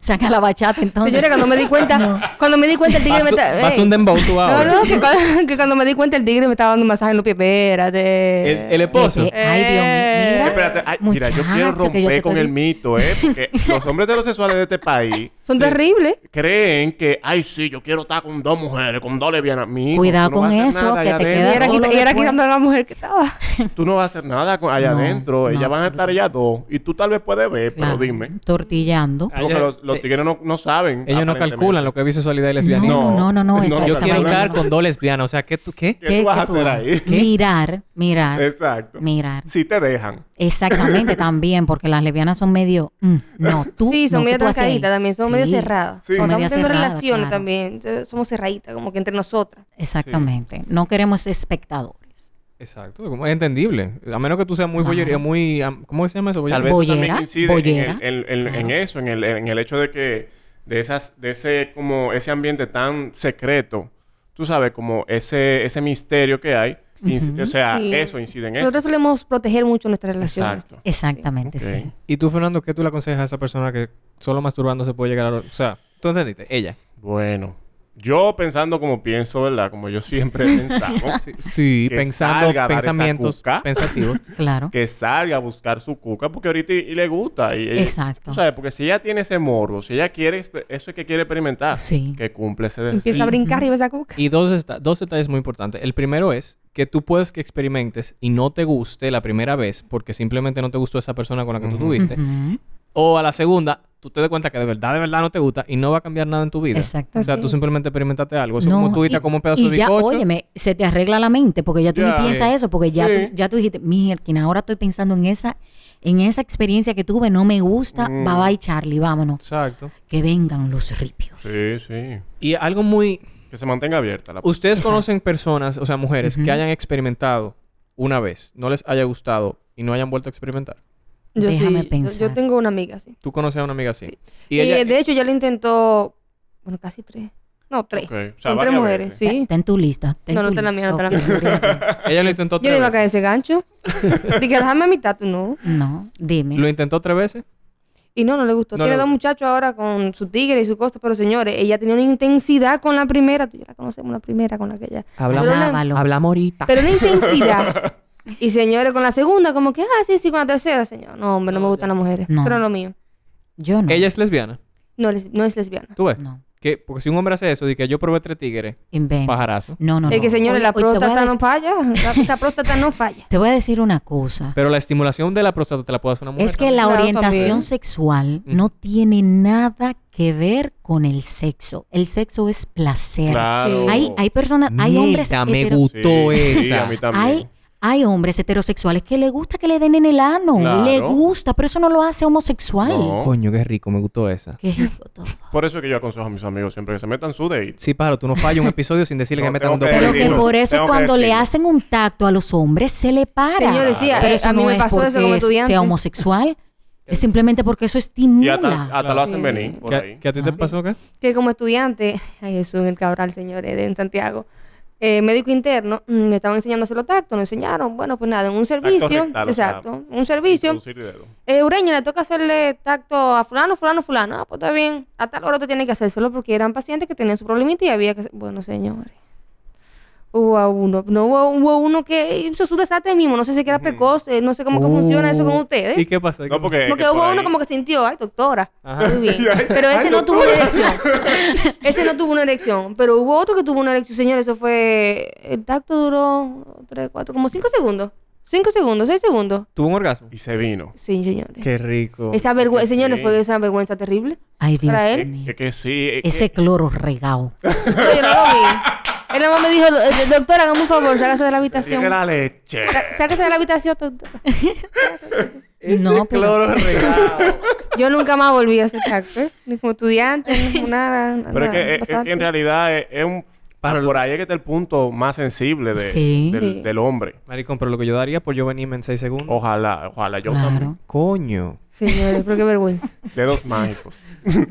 Speaker 4: Saca la bachata entonces.
Speaker 5: Señores, cuando me di cuenta, cuando me di cuenta el tigre me está...
Speaker 3: Vas
Speaker 5: ey.
Speaker 3: un dembow tú
Speaker 5: No,
Speaker 3: ahora.
Speaker 5: no, que cuando, que cuando me di cuenta el tigre me estaba dando un masaje en los pies. Espérate.
Speaker 2: El, el esposo.
Speaker 5: Eh, ay, Dios mío, mira.
Speaker 2: Espérate, ay, mira, yo quiero
Speaker 5: muchacho, que
Speaker 2: romper
Speaker 5: yo te
Speaker 2: con
Speaker 5: estoy-
Speaker 2: el mito, ¿eh? Porque los hombres heterosexuales de este país
Speaker 5: Son terribles.
Speaker 2: creen que, ay, sí, yo quiero estar con dos mujeres, con dos lesbianas. Mijo,
Speaker 4: Cuidado
Speaker 2: tú no
Speaker 4: con
Speaker 2: vas a hacer
Speaker 4: eso,
Speaker 2: nada
Speaker 4: que
Speaker 2: allá
Speaker 4: te
Speaker 2: adentro.
Speaker 4: quedas
Speaker 5: Y era quita- y era quitando a la mujer que estaba.
Speaker 2: Tú no vas a hacer nada con- allá
Speaker 4: No,
Speaker 2: adentro. ellas van a estar allá dos. Y tú tal vez puedes ver,
Speaker 4: Claro.
Speaker 2: pero dime.
Speaker 4: Tortillando.
Speaker 2: Porque los, los tigres no, no saben.
Speaker 3: eh, Ellos no
Speaker 2: aparentemente.
Speaker 3: calculan lo que es bisexualidad y lesbianismo.
Speaker 4: No, no, no, no, esa-
Speaker 3: yo
Speaker 4: esa
Speaker 3: quiero
Speaker 4: vaina
Speaker 3: estar
Speaker 4: no.
Speaker 3: con dos lesbianas. O sea, ¿qué tú qué?
Speaker 4: ¿Qué- qué tú haces? Mirar, mirar.
Speaker 2: Exacto.
Speaker 4: Mirar.
Speaker 2: Si te dejan.
Speaker 4: Exactamente, también, porque las lesbianas son medio. mm, no, tú.
Speaker 5: Sí, son
Speaker 4: no, ¿qué
Speaker 5: medio
Speaker 4: tú haces ahí?
Speaker 5: trancaditas también, son medio
Speaker 4: Sí,
Speaker 5: cerradas.
Speaker 4: son
Speaker 5: Son estamos
Speaker 4: medio
Speaker 5: teniendo
Speaker 4: cerradas,
Speaker 5: relaciones
Speaker 4: claro.
Speaker 5: también, entonces somos cerraditas, como que entre nosotras.
Speaker 4: Exactamente. No queremos espectadores.
Speaker 3: Exacto, como es entendible. A menos que tú seas muy
Speaker 4: Claro.
Speaker 3: boyerista, muy... am- ¿Cómo se llama eso?
Speaker 2: Tal vez eso también incide
Speaker 4: bollera.
Speaker 2: En, el- en- en- en eso, en el, en el hecho de que de esas, de ese, como ese ambiente tan secreto, tú sabes, como ese, ese misterio que hay, inci-
Speaker 5: Ujú.
Speaker 2: o sea,
Speaker 5: Sí.
Speaker 2: eso incide en eso.
Speaker 5: Nosotros solemos proteger mucho nuestras relaciones.
Speaker 2: Exacto.
Speaker 4: Exactamente,
Speaker 2: Ok.
Speaker 4: sí.
Speaker 3: ¿Y tú, Fernando, qué tú le aconsejas a esa persona que solo masturbándose puede llegar a... lo- O sea, ¿tú entendiste? Ella.
Speaker 2: Bueno, yo pensando como pienso, ¿verdad? Como yo siempre pensamos.
Speaker 3: Sí, pensando pensamientos pensativos.
Speaker 4: Claro.
Speaker 2: Que salga a buscar su cuca porque ahorita y, y le gusta. Y, y-
Speaker 4: Exacto.
Speaker 2: tú sabes, porque si ella tiene ese morbo, si ella quiere, exper- eso es que quiere experimentar. Que cumple ese deseo.
Speaker 5: Pues Empieza a brincar y ves a cuca.
Speaker 3: Y dos, desta- dos detalles muy importantes. El primero es que tú puedes que experimentes y no te guste la primera vez porque simplemente no te gustó esa persona con la que tú tuviste.
Speaker 4: Ujú.
Speaker 3: O a la segunda, tú te das cuenta que de verdad, de verdad no te gusta y no va a cambiar nada en tu vida.
Speaker 4: Exacto.
Speaker 3: O sea,
Speaker 4: Así
Speaker 3: tú
Speaker 4: es.
Speaker 3: simplemente experimentaste algo. Eso
Speaker 4: No,
Speaker 3: como tú dijiste, como un pedazo
Speaker 4: Y
Speaker 3: de
Speaker 4: ya,
Speaker 3: bizcocho.
Speaker 4: óyeme, se te arregla la mente porque ya tú
Speaker 3: Ya.
Speaker 4: ni piensas
Speaker 3: Sí.
Speaker 4: eso, porque ya,
Speaker 3: Sí.
Speaker 4: tú, ya tú dijiste, Mirkin, ahora estoy pensando en esa en esa experiencia que tuve, no me gusta,
Speaker 3: Mm.
Speaker 4: bye bye Charlie, vámonos.
Speaker 3: Exacto.
Speaker 4: Que vengan los ripios.
Speaker 2: Sí, sí.
Speaker 3: Y algo muy...
Speaker 2: Que se mantenga abierta la
Speaker 3: Ustedes conocen personas, o sea, mujeres,
Speaker 2: Ujú.
Speaker 3: que hayan experimentado una vez, no les haya gustado y no hayan vuelto a experimentar.
Speaker 5: Yo
Speaker 4: Déjame
Speaker 5: sí, yo- Yo,
Speaker 4: pensar.
Speaker 5: tengo una amiga así.
Speaker 3: Tú conoces a una amiga así.
Speaker 5: Y,
Speaker 3: Y ella...
Speaker 5: Eh, de hecho ya le intentó, bueno, casi tres. No, tres.
Speaker 3: Ok, o sea,
Speaker 5: Son tres
Speaker 3: varias
Speaker 5: mujeres,
Speaker 3: veces.
Speaker 5: sí.
Speaker 4: Está en tu lista. está en
Speaker 5: No, no
Speaker 4: tu
Speaker 5: está en la mía,
Speaker 4: lista.
Speaker 5: no está en la
Speaker 4: Ok.
Speaker 5: mía.
Speaker 3: Ella lo intentó
Speaker 5: Yo
Speaker 3: tres
Speaker 5: no iba a
Speaker 3: veces.
Speaker 5: caer en ese gancho. Dije, déjame a mitad, tú no.
Speaker 4: No, dime.
Speaker 3: Lo intentó tres veces.
Speaker 5: Y no, no le gustó.
Speaker 3: No
Speaker 5: Tiene
Speaker 3: le
Speaker 5: dos muchachos ahora con su tigre y su cosa, pero señores, ella tenía una intensidad con la primera. Tú ya la conocemos, la primera con la que ella.
Speaker 3: Hablamos,
Speaker 5: Pero una-
Speaker 3: hablamos ahorita.
Speaker 5: Pero una intensidad. y señores, con la segunda, como que, ah, sí, sí, con la tercera, señor. No, hombre, no, me gustan las mujeres.
Speaker 3: No.
Speaker 5: No. Pero no es lo mío.
Speaker 4: Yo
Speaker 3: Ella es lesbiana.
Speaker 5: No, les- no Eh. es lesbiana.
Speaker 3: ¿Tú ves? Que, porque si un hombre hace eso, de que yo probé tres tigres,
Speaker 4: Inventa.
Speaker 3: pajarazo.
Speaker 4: no,
Speaker 5: es que, señores,
Speaker 4: Oye,
Speaker 5: la
Speaker 4: oye, te voy a
Speaker 5: próstata no
Speaker 4: decir-
Speaker 5: falla. La, la próstata no falla.
Speaker 4: Te voy a decir una cosa.
Speaker 3: Pero la estimulación de la próstata te la puede hacer una mujer.
Speaker 4: Es que la
Speaker 3: también.
Speaker 4: orientación sexual
Speaker 3: Mm.
Speaker 4: no tiene nada que ver con el sexo. El sexo es placer.
Speaker 3: Claro. Sí.
Speaker 4: Hay, hay personas, hay hombres
Speaker 3: Mierda, me
Speaker 4: hetero-
Speaker 3: gustó Sí, sí, esa. a mí también.
Speaker 4: hay, hay hombres heterosexuales que le gusta que le den en el ano.
Speaker 3: Claro.
Speaker 4: Le gusta, pero eso no lo hace homosexual.
Speaker 3: Coño, qué rico, me gustó esa.
Speaker 4: Qué
Speaker 2: Por eso es que yo aconsejo a mis amigos siempre que se metan su date.
Speaker 3: Sí, paro, tú no fallas un episodio sin decirle que metan un dos
Speaker 4: Pero
Speaker 3: por
Speaker 4: que
Speaker 3: uno.
Speaker 4: por eso
Speaker 2: tengo que
Speaker 4: cuando le
Speaker 2: decirlo.
Speaker 4: hacen un tacto a los hombres se le para.
Speaker 5: Señores, sí, a-
Speaker 4: pero
Speaker 5: eh,
Speaker 4: eso
Speaker 5: a mí
Speaker 4: no
Speaker 5: me
Speaker 4: es
Speaker 5: pasó eso como
Speaker 4: porque
Speaker 5: estudiante.
Speaker 4: sea homosexual. es simplemente porque eso estimula.
Speaker 2: Y hasta, hasta lo hacen
Speaker 5: Sí.
Speaker 2: venir por
Speaker 3: ¿Qué-
Speaker 2: ahí.
Speaker 3: ¿Qué a ti
Speaker 5: Ah,
Speaker 3: te pasó qué?
Speaker 5: que como estudiante, ay Jesús, el cabral, señores, de en Santiago, eh, médico interno, mm, me estaban enseñando a hacer los tactos, nos enseñaron, bueno, pues nada, en un servicio,
Speaker 2: rectal, o sea,
Speaker 5: exacto, un servicio,
Speaker 2: introducir dedo.
Speaker 5: eh, Ureña, le toca hacerle tacto a fulano, fulano, fulano, ah, pues está bien, a tal hora te tiene que hacérselo porque eran pacientes que tenían su problemita y había que, hacer- bueno, señores. Hubo a uno, no hubo, hubo uno que hizo su desastre mismo, no sé si que era precoz, eh, no sé cómo que funciona eso con
Speaker 2: Uh,
Speaker 5: ustedes.
Speaker 3: Uh, ¿Y qué pasó?
Speaker 2: No, porque...
Speaker 5: Porque
Speaker 2: que
Speaker 5: hubo
Speaker 2: por
Speaker 5: uno
Speaker 2: ahí-
Speaker 5: como que sintió, ay, doctora,
Speaker 2: Ajá.
Speaker 5: muy bien.
Speaker 2: Ay,
Speaker 5: Pero ese
Speaker 2: ay,
Speaker 5: no tuvo una
Speaker 2: doctora.
Speaker 5: erección. ese no tuvo una erección. Pero hubo otro que tuvo una erección. Señor, eso fue... El tacto duró 3, 4, como 5 segundos. 5 segundos, 6 segundos.
Speaker 3: ¿Tuvo un orgasmo?
Speaker 2: Y se vino.
Speaker 5: Sí, señores.
Speaker 3: Qué rico.
Speaker 5: Esa vergüenza, señores,
Speaker 2: sí.
Speaker 5: fue esa vergüenza terrible.
Speaker 4: Ay, Dios
Speaker 5: Para él.
Speaker 4: mío.
Speaker 2: Es que sí. es
Speaker 4: Ese cloro regao.
Speaker 5: No, yo no lo vi. Él nomás me dijo, "Eh, doctora, hágame un favor, sácase de
Speaker 2: que-
Speaker 5: la habitación.
Speaker 2: que la leche.
Speaker 5: Sá- Sáquese de la habitación, doctora.
Speaker 4: no, pero-
Speaker 5: Yo nunca más volví a ser actor. Ni como estudiante, ni como nada. nada
Speaker 2: Pero es que, es- es que
Speaker 5: pasante.
Speaker 2: en realidad eh, es, es un... por ahí es que está el punto más sensible de-
Speaker 3: Sí.
Speaker 2: del,
Speaker 3: Sí.
Speaker 2: del hombre.
Speaker 3: Maricón, pero lo que yo daría por yo venirme en seis segundos.
Speaker 2: Ojalá, ojalá yo también.
Speaker 3: Coño.
Speaker 5: Señores, pero qué vergüenza.
Speaker 2: Dedos mágicos.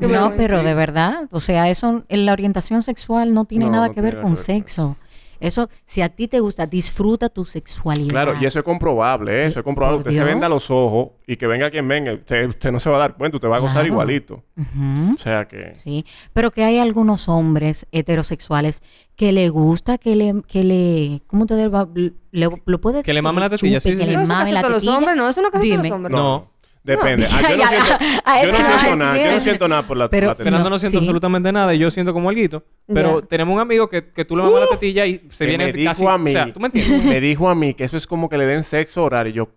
Speaker 4: No, pero de verdad, o sea, eso, en la orientación sexual no tiene
Speaker 2: No,
Speaker 4: nada
Speaker 2: no
Speaker 4: que ver
Speaker 2: tiene
Speaker 4: con
Speaker 2: nada que ver
Speaker 4: sexo. Eso, si a ti te gusta, disfruta tu sexualidad.
Speaker 2: Claro, y eso es comprobable, ¿eh? eso es comprobable.
Speaker 4: por
Speaker 2: Usted se
Speaker 4: Dios.
Speaker 2: venda los ojos y que venga quien venga, usted, usted no se va a dar cuenta, usted va a gozar
Speaker 4: Claro.
Speaker 2: igualito.
Speaker 4: Ujú.
Speaker 2: O sea que...
Speaker 4: Sí, pero que hay algunos hombres heterosexuales que le gusta que le, que le, ¿cómo te digo? Le- lo puede
Speaker 3: Que le mamen la
Speaker 4: chupe,
Speaker 3: tetilla, sí, sí,
Speaker 4: que
Speaker 3: sí.
Speaker 4: le
Speaker 3: Pero eso
Speaker 4: mame
Speaker 3: casi
Speaker 4: la
Speaker 3: todos los
Speaker 4: tetilla.
Speaker 5: hombres, no, eso no casi todos los
Speaker 4: Dime.
Speaker 2: No. Depende. Ah, yo no
Speaker 4: Ya, ya.
Speaker 2: siento,
Speaker 4: A
Speaker 2: yo no
Speaker 4: ese
Speaker 2: siento
Speaker 4: va,
Speaker 2: nada. Yo no
Speaker 4: bien.
Speaker 2: siento nada por la, por la
Speaker 3: Pero
Speaker 2: tele.
Speaker 3: Fernando no siento
Speaker 4: sí.
Speaker 3: absolutamente nada y yo siento como alguito. Pero tenemos un amigo que, que tú le mamas la tetilla y se
Speaker 2: Que
Speaker 3: viene
Speaker 2: me dijo
Speaker 3: casi...
Speaker 2: a mí,
Speaker 3: O sea, ¿tú me entiendes?
Speaker 2: me dijo a mí que eso es como que le den sexo horario. Yo,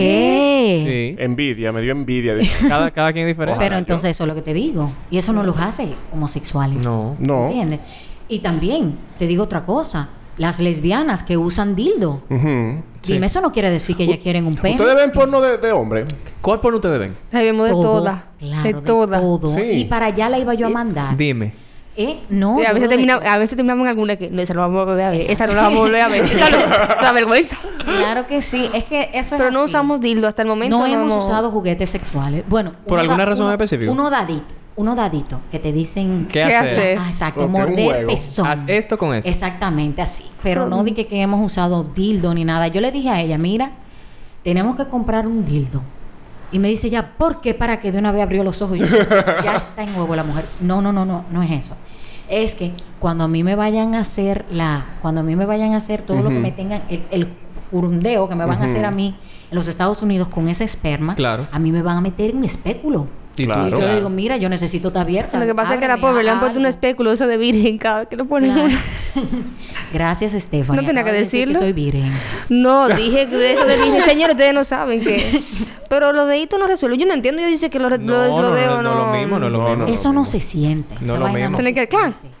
Speaker 2: ¿qué?
Speaker 4: ¿Qué?
Speaker 2: Envidia, me dio envidia. Dije,
Speaker 3: cada, cada quien es diferente.
Speaker 4: Pero entonces eso es lo que te digo. Y eso no los hace homosexuales.
Speaker 3: No.
Speaker 2: No.
Speaker 4: ¿Entiendes? Y también, te digo otra cosa, las lesbianas que usan dildo.
Speaker 2: Ujú.
Speaker 4: Dime, eso no quiere decir que ellas quieren un pene.
Speaker 2: ¿Ustedes ven porno de, de hombre?
Speaker 3: ¿Cuál porno ustedes ven?
Speaker 5: Ahí vemos de
Speaker 4: Todo,
Speaker 5: todas.
Speaker 4: claro,
Speaker 5: de
Speaker 4: de
Speaker 5: todas.
Speaker 4: todo. Y para allá la iba yo a mandar.
Speaker 3: Dime.
Speaker 4: ¿Eh? No.
Speaker 5: Sí, a,
Speaker 4: yo
Speaker 5: veces
Speaker 4: veo de
Speaker 5: termina- a veces terminamos en alguna que no, esa no la vamos a volver a ver. Esa no la vamos a volver a ver. Esa no, esa vergüenza.
Speaker 4: Claro que sí, es que eso
Speaker 5: Pero no usamos dildo hasta el momento.
Speaker 4: No hemos usado juguetes sexuales. Bueno,
Speaker 3: ¿Por
Speaker 4: uno
Speaker 3: alguna razón
Speaker 4: uno-
Speaker 3: específica?
Speaker 4: Uno dadito, uno dadito que te dicen
Speaker 3: ¿Qué ¿Qué hacer? hacer?
Speaker 4: Ah, exacto,
Speaker 3: Ok, un
Speaker 4: morder
Speaker 3: juego.
Speaker 4: pezón.
Speaker 3: Haz esto con esto.
Speaker 4: Exactamente así, pero no dije que hemos usado dildo ni nada. Yo le dije a ella, "Mira, tenemos que comprar un dildo." Y me dice ya, ¿por qué? Para que de una vez abrió los ojos. Y yo, ya está en huevo la mujer. No, no, no, no, no es eso. Es que cuando a mí me vayan a hacer la, cuando a mí me vayan a hacer todo lo que
Speaker 9: Ujú.
Speaker 4: me tengan, el, el jurundeo que me van a hacer a
Speaker 9: Ujú.
Speaker 4: mí en los Estados Unidos con ese esperma,
Speaker 9: Claro.
Speaker 4: a mí me van a meter un espéculo.
Speaker 9: Sí,
Speaker 4: Y yo
Speaker 9: claro.
Speaker 4: le digo, mira, yo necesito estar abierta.
Speaker 5: Lo que pasa es que la
Speaker 4: Ábreme,
Speaker 5: pobre le han
Speaker 4: haga
Speaker 5: puesto un
Speaker 4: algo".
Speaker 5: espéculo eso de virgen cada vez que lo ponen.
Speaker 4: Claro. Gracias, Estefan.
Speaker 5: No tenía que decirlo.
Speaker 4: soy virgen.
Speaker 5: No, dije que eso de virgen. Señores, ustedes no saben que. Pero los deditos no resuelven. Yo no entiendo. Yo dice que los, re- los- los dedos no.
Speaker 3: lo mismo, no es lo mismo.
Speaker 4: Eso no se siente.
Speaker 3: No
Speaker 4: esa
Speaker 3: lo
Speaker 4: vaina
Speaker 3: mismo.
Speaker 4: se
Speaker 3: Tiene que-
Speaker 4: siente.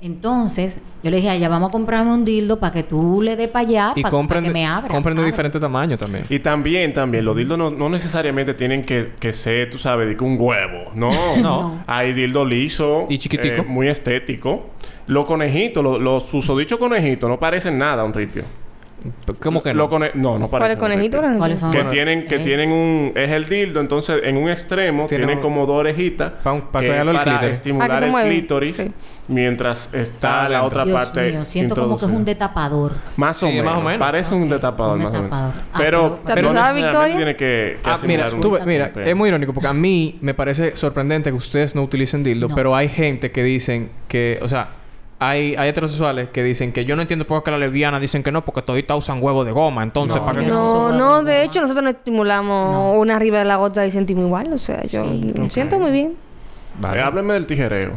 Speaker 4: Entonces, yo le dije, allá vamos a comprarme un dildo para que tú le des para allá,
Speaker 2: Y
Speaker 4: para
Speaker 2: compren-
Speaker 4: que me abra.
Speaker 2: compren
Speaker 4: Abre.
Speaker 2: diferente
Speaker 3: tamaño también.
Speaker 2: Y también, también, los dildos no, no necesariamente tienen que, que ser, tú sabes, de que un huevo. No.
Speaker 3: No.
Speaker 2: Hay dildo liso. Y
Speaker 3: chiquitico.
Speaker 2: muy estético. Los conejitos, los, los susodichos conejitos no parecen nada a un ripio.
Speaker 3: ¿Cómo que
Speaker 2: no? no, no
Speaker 5: ¿Cuáles
Speaker 2: parecen. un
Speaker 5: conejitos?
Speaker 2: ripio.
Speaker 5: ¿Cuáles son?
Speaker 2: Que
Speaker 5: Bueno,
Speaker 2: tienen, que
Speaker 5: eh.
Speaker 2: tienen un... Es el dildo. Entonces, en un extremo
Speaker 3: Tiene
Speaker 2: tienen,
Speaker 3: un-
Speaker 2: como dos orejitas. que
Speaker 3: pegarlo al
Speaker 2: para
Speaker 3: clítoris.
Speaker 2: estimular
Speaker 5: Ah, que se
Speaker 2: el
Speaker 5: mueve.
Speaker 2: clítoris.
Speaker 5: Sí.
Speaker 2: Mientras está la
Speaker 3: adentro.
Speaker 2: otra
Speaker 4: Dios
Speaker 2: parte
Speaker 4: mío, siento como que es un
Speaker 2: introducida.
Speaker 4: detapador.
Speaker 2: Más, o
Speaker 3: Sí,
Speaker 2: menos.
Speaker 3: más o menos.
Speaker 2: Parece un destapador, más o menos. Pero,
Speaker 4: pero-
Speaker 2: no
Speaker 4: ¿Pero sabe,
Speaker 2: necesariamente
Speaker 4: Victoria?
Speaker 2: tiene que, que
Speaker 3: Ah, mira,
Speaker 2: asimilar un-
Speaker 3: tú ve- mira,
Speaker 2: un pene.
Speaker 3: es muy irónico porque a mí me parece sorprendente que ustedes no utilicen dildo,
Speaker 4: No.
Speaker 3: pero hay gente que dicen que, o sea, hay, hay heterosexuales que dicen que yo no entiendo por qué las lesbianas dicen que no, porque toditas usan huevo de goma, entonces para qué
Speaker 5: No, no, de hecho, nosotros no estimulamos una arriba de la otra y sentimos igual. O sea, yo me siento muy bien.
Speaker 2: Vale. Hábleme del tijereo.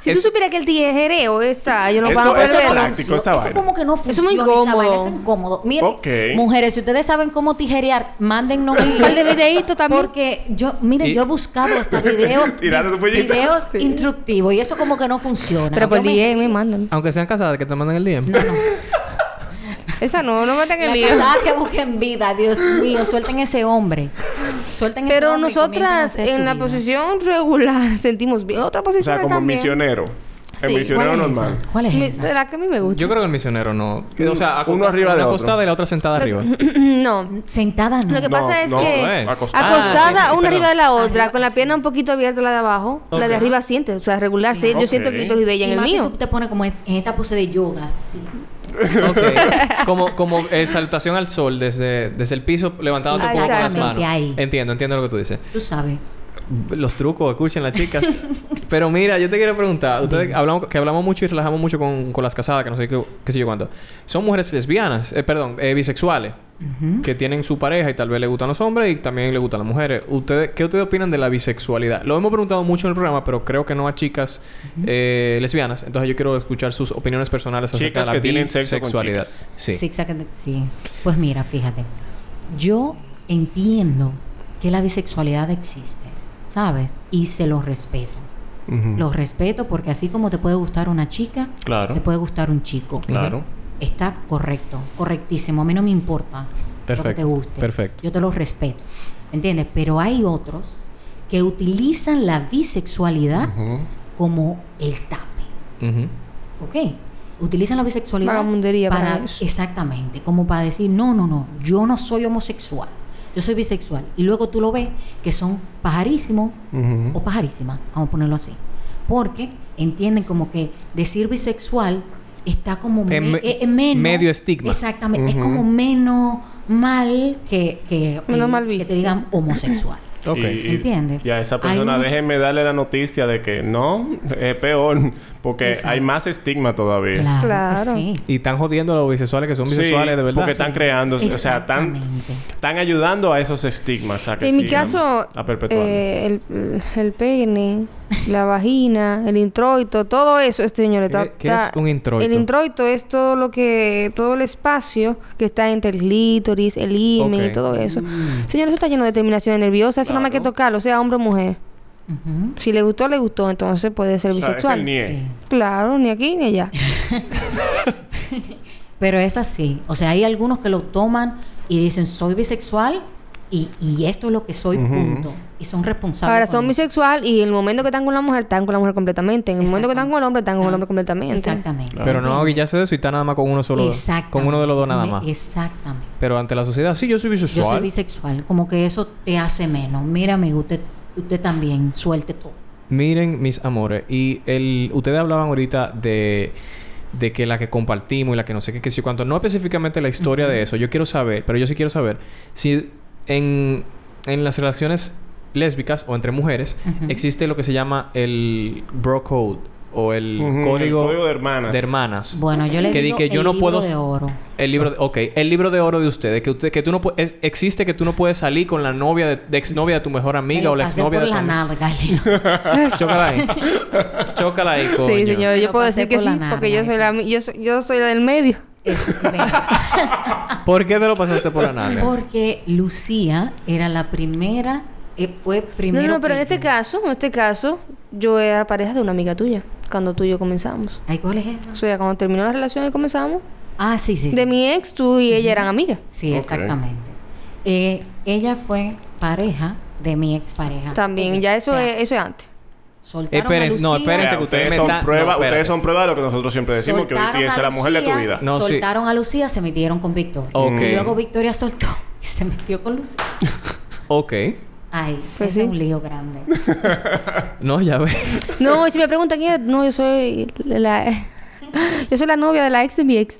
Speaker 5: Si tú supieras que el tijereo está, yo no
Speaker 2: Eso-
Speaker 5: van a poder
Speaker 2: eso es
Speaker 5: verlo.
Speaker 2: práctico, esta
Speaker 4: Eso
Speaker 2: vaina.
Speaker 4: como que no
Speaker 5: Eso es
Speaker 4: funciona.
Speaker 5: muy
Speaker 4: esa vaina,
Speaker 5: incómodo.
Speaker 4: eso es incómodo. Miren,
Speaker 2: Ok.
Speaker 4: mujeres, si ustedes saben cómo tijerear, mándennos
Speaker 5: Al de videíto también.
Speaker 4: Porque yo, miren,
Speaker 2: Y-
Speaker 4: yo he buscado hasta videos,
Speaker 3: Tirando tu pollito.
Speaker 4: videos instructivos y eso como que no funciona.
Speaker 5: Pero por
Speaker 4: Yo me-
Speaker 5: DM, me mandan.
Speaker 3: Aunque sean casadas, que te manden el DM.
Speaker 5: Esa no, no meten el
Speaker 4: La
Speaker 5: lío.
Speaker 4: casada que busquen vida, Dios mío, suelten ese hombre. Suelten ese
Speaker 5: Pero
Speaker 4: hombre y comiencen a
Speaker 5: nosotras
Speaker 4: hacer su
Speaker 5: en la
Speaker 4: vida.
Speaker 5: posición regular sentimos bien. Otra
Speaker 2: o
Speaker 5: posición
Speaker 2: sea, como
Speaker 5: también.
Speaker 2: misionero.
Speaker 5: Sí.
Speaker 2: El misionero
Speaker 5: ¿Cuál es
Speaker 2: normal.
Speaker 4: ¿Cuál es
Speaker 5: De la que a mí me gusta.
Speaker 3: Yo creo que el misionero no. O sea,
Speaker 2: Uno arriba de
Speaker 3: una
Speaker 2: otro.
Speaker 3: acostada y la otra sentada arriba.
Speaker 5: no.
Speaker 4: Sentada no.
Speaker 5: Lo que
Speaker 3: No,
Speaker 5: pasa es
Speaker 3: no,
Speaker 5: que
Speaker 3: eh.
Speaker 5: acostada,
Speaker 3: Acostada.
Speaker 5: acostada
Speaker 3: Ah, sí, sí,
Speaker 5: una arriba
Speaker 3: perdón.
Speaker 5: de la otra, con la pierna un poquito abierta la de abajo, la de
Speaker 4: Ok.
Speaker 5: arriba siente, o sea, regular, sí, yo
Speaker 4: Ok.
Speaker 5: siento el clítoris de ella en
Speaker 4: Y
Speaker 5: el
Speaker 4: más si
Speaker 5: mío.
Speaker 4: tú te pones como en en esta pose de yoga, así.
Speaker 3: Como, como eh, salutación al sol desde, desde el piso, levantándote un poco con las
Speaker 4: Exactamente,
Speaker 3: manos.
Speaker 4: ahí.
Speaker 3: Entiendo, entiendo lo que tú dices.
Speaker 4: Tú sabes.
Speaker 3: Los trucos, escuchen las chicas. Pero mira, yo te quiero preguntar. Ustedes hablamos, que hablamos mucho y relajamos mucho con, con las casadas, que no sé qué, qué sé yo cuánto. Son mujeres lesbianas, eh, perdón, eh, bisexuales. Que tienen su pareja y tal vez le gustan los hombres y también le gustan las mujeres. ¿Ustedes, ¿Qué ustedes opinan de la bisexualidad? Lo hemos preguntado mucho en el programa, pero creo que no a chicas eh, lesbianas. Entonces yo quiero escuchar sus opiniones personales acerca
Speaker 2: Chicas
Speaker 3: de la
Speaker 2: que tienen sexo con
Speaker 3: bisexualidad.
Speaker 2: chicas.
Speaker 3: Sí.
Speaker 4: Sí, exactamente, sí. Pues mira, fíjate. Yo entiendo que la bisexualidad existe, ¿sabes? Y se lo respeto.
Speaker 9: Ujú.
Speaker 4: Lo respeto porque así como te puede gustar una chica,
Speaker 9: Claro.
Speaker 4: te puede gustar un chico.
Speaker 9: Claro.
Speaker 4: Está correcto, correctísimo. A mí no me importa lo que
Speaker 9: Perfecto,
Speaker 4: te guste.
Speaker 9: perfecto.
Speaker 4: Yo te lo respeto. ¿Entiendes? Pero hay otros que utilizan la bisexualidad como el tape. ¿Ok? Utilizan la bisexualidad
Speaker 5: Vagabundería para eso.
Speaker 4: Exactamente, como para decir, no, no, no, yo no soy homosexual, yo soy bisexual. Y luego tú lo ves que son pajarísimos
Speaker 9: Ujú.
Speaker 4: o pajarísimas, vamos a ponerlo así. Porque entienden como que decir bisexual está como
Speaker 3: Es
Speaker 4: me-
Speaker 3: me-
Speaker 4: eh, eh, menos...
Speaker 3: medio estigma.
Speaker 4: Exactamente, es
Speaker 3: Ujú.
Speaker 4: como menos mal que, que, eh,
Speaker 5: Menos mal
Speaker 4: que te digan homosexual.
Speaker 2: Ok.
Speaker 4: ¿Entiendes?
Speaker 2: Y a esa
Speaker 4: Hay
Speaker 2: persona
Speaker 4: un-
Speaker 2: déjenme darle la noticia de que no, es peor, porque hay más estigma todavía.
Speaker 4: Claro.
Speaker 5: Claro.
Speaker 3: Y están jodiendo a los bisexuales que son
Speaker 2: Sí,
Speaker 3: bisexuales, de verdad.
Speaker 2: Porque están creando, o sea, están, están ayudando a esos estigmas a que
Speaker 5: En mi
Speaker 2: sigan
Speaker 5: caso,
Speaker 2: a perpetuar.
Speaker 5: eh, el, el pene, la vagina, el introito, todo eso, este señor está...
Speaker 3: ¿Qué- qué es
Speaker 5: está-
Speaker 3: un introito?
Speaker 5: El introito es todo lo que... Todo el espacio que está entre el clítoris, el himen y
Speaker 3: Ok. Mm.
Speaker 5: todo eso. Señor, eso está lleno de terminaciones nerviosas. Eso no hay que tocarlo, sea hombre o mujer. Si le gustó, le gustó. Entonces puede ser
Speaker 4: O sea, es el
Speaker 5: bisexual.
Speaker 4: nie. Sí.
Speaker 5: Claro, ni aquí ni allá.
Speaker 4: Pero es así. O sea, hay algunos que lo toman y dicen, soy bisexual y, y esto es lo que soy,
Speaker 5: Ujú.
Speaker 4: punto. Y son responsables.
Speaker 5: Ahora
Speaker 4: con
Speaker 5: son
Speaker 4: eso.
Speaker 5: bisexual y en el momento que están con la mujer, están con la mujer completamente. En el momento que están con el hombre, están con el hombre completamente.
Speaker 4: Exactamente.
Speaker 3: Pero no guillarse de eso y está nada más con uno solo.
Speaker 4: Exactamente.
Speaker 3: Con uno de los dos nada más.
Speaker 4: Exactamente.
Speaker 3: Pero ante la sociedad, sí, yo soy bisexual.
Speaker 4: Yo soy bisexual. Como que eso te hace menos. Mira, amigo, usted, usted también. Suelte todo.
Speaker 3: Miren, mis amores, y el, ustedes hablaban ahorita de, de que la que compartimos y la que no sé qué, que sé cuánto. No específicamente la historia de eso. Yo quiero saber, pero yo sí quiero saber si en, en las relaciones lésbicas o entre mujeres
Speaker 2: Ujú.
Speaker 3: existe lo que se llama el bro code o el
Speaker 2: Ujú, el
Speaker 3: código,
Speaker 2: código de hermanas.
Speaker 3: de hermanas.
Speaker 4: Bueno, yo le
Speaker 3: que di
Speaker 4: digo
Speaker 3: que yo
Speaker 4: el
Speaker 3: no
Speaker 4: libro
Speaker 3: puedo
Speaker 4: de oro.
Speaker 3: el libro, de- ok, el libro de oro de ustedes, que usted, que tú no pu- es- existe que tú no puedes salir con la novia de, de exnovia de tu mejor
Speaker 4: Me
Speaker 3: amiga
Speaker 4: lo
Speaker 3: o la
Speaker 4: Eh, pasé
Speaker 3: exnovia
Speaker 4: por
Speaker 3: de tu
Speaker 4: la
Speaker 3: amiga.
Speaker 4: nalga. Leo.
Speaker 3: Chócala ahí. Chócala ahí, coño.
Speaker 5: Sí, señor,
Speaker 4: Me
Speaker 5: yo
Speaker 4: lo
Speaker 5: puedo
Speaker 4: pasé
Speaker 5: decir que
Speaker 4: por la
Speaker 5: sí,
Speaker 4: narga
Speaker 5: porque yo soy, la, mi- yo, soy, yo soy la del medio.
Speaker 3: ¿Por qué te lo pasaste por la nalga?
Speaker 4: Porque Lucía era la primera, eh, fue
Speaker 5: No,
Speaker 4: primero.
Speaker 5: no, pero en
Speaker 4: que-
Speaker 5: este caso, en este caso, yo era pareja de una amiga tuya, cuando tú y yo comenzamos.
Speaker 4: Ay, ¿cuál es eso?
Speaker 5: O sea, cuando terminó la relación y comenzamos.
Speaker 4: Ah, sí, sí.
Speaker 5: De mi ex, tú y ella eran amigas.
Speaker 4: Sí, exactamente. Eh, ella fue pareja de mi expareja.
Speaker 5: También, ya eso, es, eso es antes.
Speaker 4: Soltaron
Speaker 3: Espérense, Eh, no,
Speaker 2: O
Speaker 3: espérense
Speaker 2: sea,
Speaker 3: que ustedes,
Speaker 2: ustedes
Speaker 3: me
Speaker 2: son
Speaker 3: están-
Speaker 2: prueba,
Speaker 3: no, espérate.
Speaker 2: ustedes son prueba de lo que nosotros siempre decimos que
Speaker 4: Soltaron
Speaker 2: es
Speaker 4: a
Speaker 2: la mujer de tu
Speaker 4: Lucía,
Speaker 2: vida.
Speaker 3: No, sí.
Speaker 4: soltaron a Lucía, se metieron con Victoria.
Speaker 3: Ok.
Speaker 4: Y luego Victoria soltó y se metió con Lucía.
Speaker 3: Ok.
Speaker 4: Ay,
Speaker 5: Pues
Speaker 4: ese es un lío grande.
Speaker 3: No, ya ves.
Speaker 5: No, y si me preguntan quién eres, no, yo soy la... Yo soy la novia de la ex de mi ex.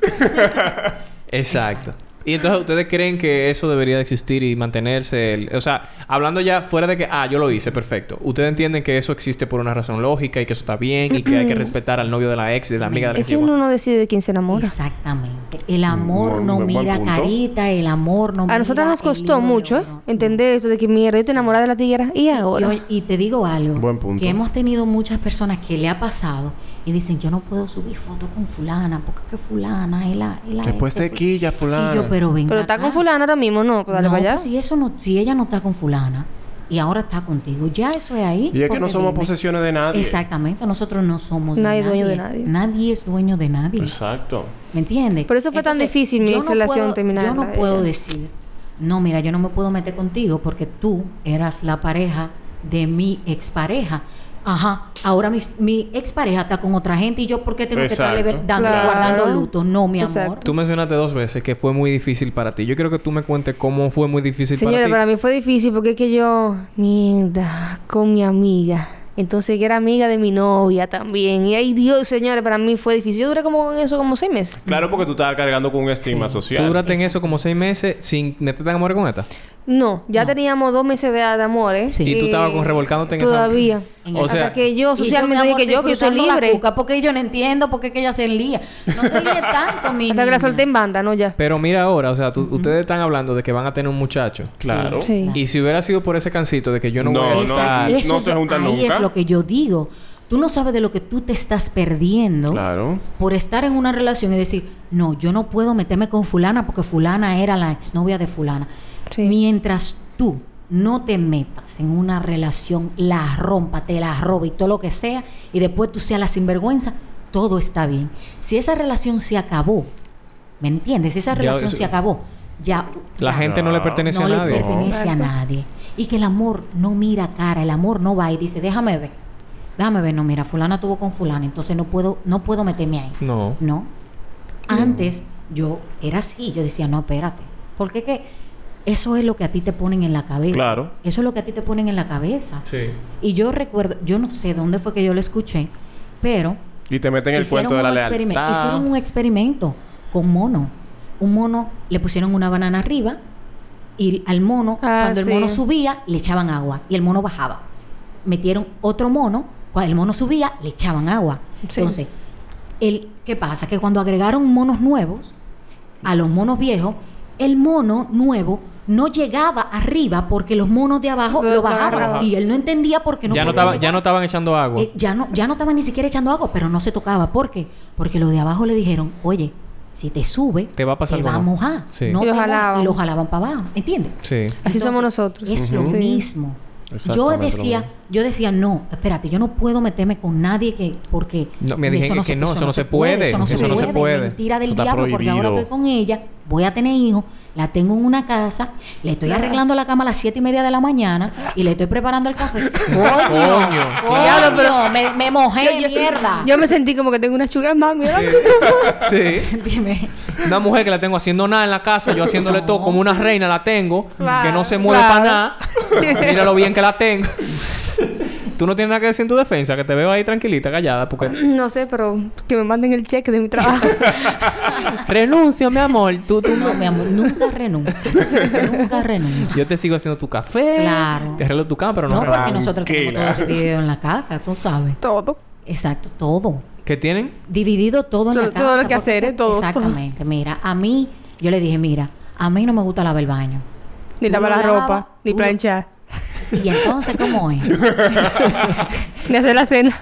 Speaker 3: Exacto. Y entonces ustedes creen que eso debería de existir y mantenerse. el- O sea, hablando ya fuera de que, ah, yo lo hice, perfecto. Ustedes entienden que eso existe por una razón lógica y que eso está bien y que hay que respetar al novio de la ex y de la amiga de la
Speaker 5: Es
Speaker 3: que
Speaker 5: que uno no decide de quién se enamora.
Speaker 4: Exactamente. El amor
Speaker 3: Buen-
Speaker 4: no
Speaker 3: buen
Speaker 4: mira
Speaker 3: punto.
Speaker 4: carita, el amor no mira.
Speaker 5: A nosotras nos
Speaker 4: el
Speaker 5: costó
Speaker 4: libro.
Speaker 5: mucho ¿eh? entender esto de que mierda, yo te enamoré de la tiguera y ahora.
Speaker 4: Y, y te digo algo.
Speaker 2: Buen punto.
Speaker 4: Que hemos tenido muchas personas que le ha pasado y dicen, yo no puedo subir fotos con fulana, porque es que fulana es la... es la
Speaker 2: Después
Speaker 4: ex de
Speaker 2: te quilla, fulana.
Speaker 4: Y yo, pero venga
Speaker 5: Pero está
Speaker 4: acá.
Speaker 5: con fulano ahora mismo, no, pues dale
Speaker 4: No,
Speaker 5: para allá.
Speaker 4: pues si, eso no, si ella no está con fulana y ahora está contigo, ya eso es ahí.
Speaker 2: Y es que
Speaker 4: porque
Speaker 2: no somos
Speaker 4: dime.
Speaker 2: posesiones de nadie.
Speaker 4: Exactamente, nosotros no somos
Speaker 5: Nadie es dueño de nadie.
Speaker 4: Nadie es dueño de nadie.
Speaker 2: Pues, Exacto.
Speaker 4: ¿Me entiendes?
Speaker 5: Por eso fue tan difícil mi eh,
Speaker 4: yo
Speaker 5: ex relación
Speaker 4: puedo- Yo
Speaker 5: terminarla,
Speaker 4: no puedo
Speaker 5: ella.
Speaker 4: decir, no, mira, yo no me puedo meter contigo porque tú eras la pareja de mi expareja. Ajá, ahora mi, mi expareja está con otra gente y yo, ¿por qué tengo
Speaker 3: Exacto.
Speaker 4: que estarle dando,
Speaker 3: Claro.
Speaker 4: guardando luto? No, mi amor.
Speaker 3: Tú mencionaste dos veces que fue muy difícil para ti. Yo quiero que tú me cuentes cómo fue muy difícil
Speaker 5: Señora,
Speaker 3: para
Speaker 5: para
Speaker 3: ti.
Speaker 5: mí fue difícil porque es que yo, mierda, con mi amiga. Entonces, que era amiga de mi novia también. Y ay, Dios, señores, para mí fue difícil. Yo duré como en eso como seis meses.
Speaker 2: Claro, porque tú estabas cargando con un estigma social.
Speaker 3: Tú duraste en eso como seis meses sin meterte en amor con esta.
Speaker 5: No, ya teníamos dos meses de, de amor, ¿eh?
Speaker 3: Y tú estabas con- revolcándote en esa-
Speaker 5: Todavía.
Speaker 3: En el- O sea-
Speaker 5: Hasta que yo
Speaker 4: Y mi
Speaker 5: socialmente
Speaker 4: amor,
Speaker 5: dije que yo, que yo soy
Speaker 4: disfrutando la
Speaker 5: libre.
Speaker 4: cuca, porque yo no entiendo por qué que ella se enlía. No te líes tanto, mi
Speaker 5: Hasta que la solté en banda, ¿no? Ya.
Speaker 3: Pero mira ahora, o sea, tú- ustedes están hablando de que van a tener un muchacho.
Speaker 2: Claro.
Speaker 5: Sí.
Speaker 3: Y si hubiera sido por ese cancito de que yo no,
Speaker 2: No,
Speaker 3: voy a
Speaker 2: no,
Speaker 3: estar...
Speaker 2: no Eso se
Speaker 4: Ahí es lo que yo digo. Tú no sabes de lo que tú te estás perdiendo
Speaker 2: Claro.
Speaker 4: por estar en una relación y decir, no, yo no puedo meterme con fulana porque fulana era la exnovia de fulana. Mientras tú no te metas en una relación, la rompa, te la roba y todo lo que sea, y después tú seas la sinvergüenza, todo está bien. Si esa relación se acabó, ¿me entiendes? Si esa
Speaker 3: Ya,
Speaker 4: relación
Speaker 3: eso-
Speaker 4: se acabó, ya
Speaker 3: La gente no le pertenece
Speaker 4: no
Speaker 3: a
Speaker 4: le
Speaker 3: nadie.
Speaker 4: pertenece a nadie. Y que el amor no mira cara, el amor no va y dice, déjame ver. Déjame ver, no, mira, fulana tuvo con fulana, entonces no puedo, no puedo meterme ahí.
Speaker 3: No.
Speaker 4: No. Antes yo era así, yo decía, no, espérate. Porque es que eso es lo que a ti te ponen en la cabeza.
Speaker 2: Claro.
Speaker 4: Eso es lo que a ti te ponen en la cabeza.
Speaker 3: Sí.
Speaker 4: Y yo recuerdo, yo no sé dónde fue que yo lo escuché, pero
Speaker 2: Y te meten el
Speaker 4: hicieron
Speaker 2: cuento de la
Speaker 4: un experime-
Speaker 2: lealtad.
Speaker 4: Hicieron un experimento con mono. Un mono, le pusieron una banana arriba y al mono, cuando
Speaker 5: sí.
Speaker 4: el mono subía, le echaban agua y el mono bajaba. Metieron otro mono, cuando el mono subía, le echaban agua. Entonces, el, ¿qué pasa? Que cuando agregaron monos nuevos a los monos viejos, el mono nuevo no llegaba arriba porque los monos de abajo lo, bajaban
Speaker 3: agarraban.
Speaker 4: y él no entendía por qué no
Speaker 3: ya, no
Speaker 4: podía
Speaker 3: estaba, ya no estaban echando agua.
Speaker 4: eh, ya no, ya no estaba ni siquiera echando agua, pero no se tocaba. ¿Por qué? Porque los de abajo le dijeron, oye, si te sube,
Speaker 3: Te va a pasar
Speaker 4: te va a
Speaker 3: algo.
Speaker 4: mojar.
Speaker 3: Sí.
Speaker 4: No
Speaker 3: Y
Speaker 4: te
Speaker 3: lo
Speaker 4: moja-
Speaker 5: jalaban.
Speaker 4: Y lo jalaban para abajo, ¿entiendes?
Speaker 3: Sí.
Speaker 5: Así somos nosotros.
Speaker 4: Es lo
Speaker 5: Ujú. Sí.
Speaker 4: mismo. Yo
Speaker 3: Exactamente lo
Speaker 4: decía,
Speaker 3: mismo.
Speaker 4: yo decía, no, espérate, yo no puedo meterme con nadie que, porque
Speaker 3: No, me dijeron que no, eso no se puede,
Speaker 4: eso no se puede, mentira del
Speaker 3: Eso está
Speaker 4: diablo, porque ahora
Speaker 3: prohibido.
Speaker 4: estoy con ella, voy a tener hijos, la tengo en una casa, le estoy arreglando la cama a las siete y media de la mañana y le estoy preparando el café.
Speaker 3: Coño.
Speaker 4: Diablo, pero me, me mojé,
Speaker 5: Yo- yo-
Speaker 4: mierda.
Speaker 5: Yo me sentí como que tengo una sugar mami. ¿verdad?
Speaker 3: Sí.
Speaker 4: Dime.
Speaker 3: Una mujer que la tengo haciendo nada en la casa, yo haciéndole todo como una reina la tengo, que no se mueve para nada. Mira lo bien que la tengo. Tú no tienes nada que decir en tu defensa, que te veo ahí tranquilita, callada, porque
Speaker 5: No sé, pero que me manden el cheque de mi trabajo.
Speaker 3: renuncio, mi amor. Tú, tú
Speaker 4: No, mi amor, nunca renuncio. nunca renuncio.
Speaker 3: Yo te sigo haciendo tu café.
Speaker 4: Claro.
Speaker 3: Te arreglo tu cama, pero no,
Speaker 4: No, porque
Speaker 3: renuncio.
Speaker 4: nosotros tenemos todo dividido en la casa, tú sabes.
Speaker 5: Todo.
Speaker 4: Exacto, todo.
Speaker 3: ¿Qué tienen?
Speaker 4: Dividido todo en la
Speaker 5: Todo-
Speaker 4: casa.
Speaker 5: todo lo que
Speaker 4: porque-
Speaker 5: hacer, ¿eh? Todo,
Speaker 4: Exactamente. Mira, a mí, yo le dije, mira, a mí no me gusta lavar el baño.
Speaker 5: ni
Speaker 4: Tú
Speaker 5: lavar
Speaker 4: lo
Speaker 5: la
Speaker 4: lavas,
Speaker 5: ropa, ni
Speaker 4: tú lo-
Speaker 5: planchar,
Speaker 4: Y entonces, ¿cómo es?
Speaker 5: ni hacer la cena.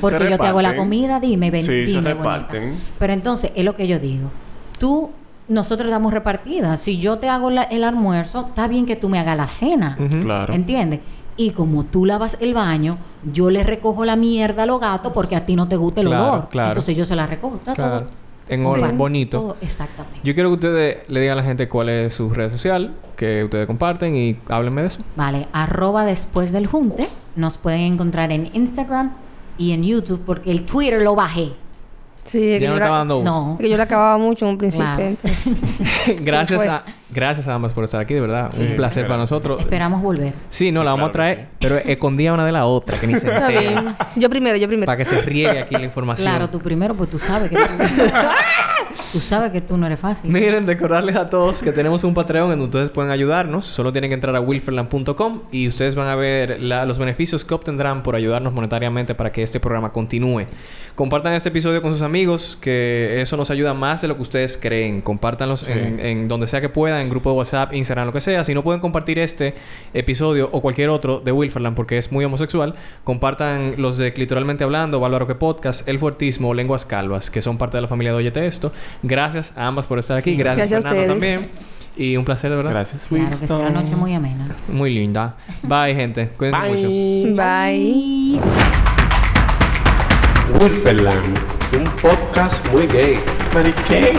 Speaker 4: Porque yo te hago la
Speaker 2: reparten.
Speaker 4: comida, dime, ven,
Speaker 2: Sí, se
Speaker 4: dime, bonita.
Speaker 2: reparten.
Speaker 4: Pero entonces, es lo que yo digo. Tú, nosotros damos repartidas. Si yo te hago la- el almuerzo, está bien que tú me hagas la cena.
Speaker 2: Claro.
Speaker 4: ¿Entiendes? Y como tú lavas el baño, yo le recojo la mierda a los gatos porque a ti no te gusta el
Speaker 3: Claro,
Speaker 4: olor.
Speaker 3: claro.
Speaker 4: Entonces yo se la recojo. Está
Speaker 3: Claro.
Speaker 4: todo.
Speaker 3: En orden,
Speaker 4: Sí.
Speaker 3: bonito.
Speaker 4: Todo, exactamente.
Speaker 3: Yo quiero que ustedes le digan a la gente cuál es su red social, que ustedes comparten y háblenme de eso.
Speaker 4: Vale, arroba después del junte. Nos pueden encontrar en Instagram y en YouTube porque el Twitter lo bajé.
Speaker 5: Sí, es que
Speaker 3: Ya no
Speaker 5: yo la-
Speaker 3: estaba dando uso.
Speaker 4: No.
Speaker 5: es que yo la acababa mucho en un principio.
Speaker 4: Claro.
Speaker 5: entonces.
Speaker 3: gracias
Speaker 5: fue.
Speaker 3: a gracias a ambas por estar aquí, de verdad.
Speaker 4: Sí,
Speaker 3: Un placer para nosotros.
Speaker 4: Esperamos volver.
Speaker 3: Sí, no, la vamos a traer, pero escondida una de la otra, que ni se
Speaker 5: Está
Speaker 3: entere.
Speaker 5: bien. Yo primero, yo primero.
Speaker 3: para que se riegue aquí la información.
Speaker 4: Claro, tú primero, pues tú sabes que tú, tú sabes que tú no eres fácil.
Speaker 3: Miren, recordarles a todos que tenemos un Patreon en donde ustedes pueden ayudarnos. Solo tienen que entrar a wilferland.com y ustedes van a ver la- los beneficios que obtendrán por ayudarnos monetariamente para que este programa continúe. Compartan este episodio con sus amigos, que eso nos ayuda más de lo que ustedes creen. Compártanlos en, en donde sea que puedan, en grupo de WhatsApp, Instagram, lo que sea. Si no pueden compartir este episodio o cualquier otro de Wilferland porque es muy homosexual, compartan los de Clitoralmente Hablando, Bárbaro que Podcast, El Fuertismo, Lenguas Calvas, que son parte de la familia de Oyete Esto. Gracias a ambas por estar aquí.
Speaker 4: Sí.
Speaker 3: Gracias,
Speaker 5: Gracias a
Speaker 3: Fernando
Speaker 5: ustedes.
Speaker 3: también. Y un placer, de verdad.
Speaker 2: Gracias,
Speaker 4: Claro que será una noche muy amena.
Speaker 3: Muy linda. Bye, gente. Cuídense mucho.
Speaker 5: Bye.
Speaker 1: Wilferland, un podcast muy gay. Mariquén.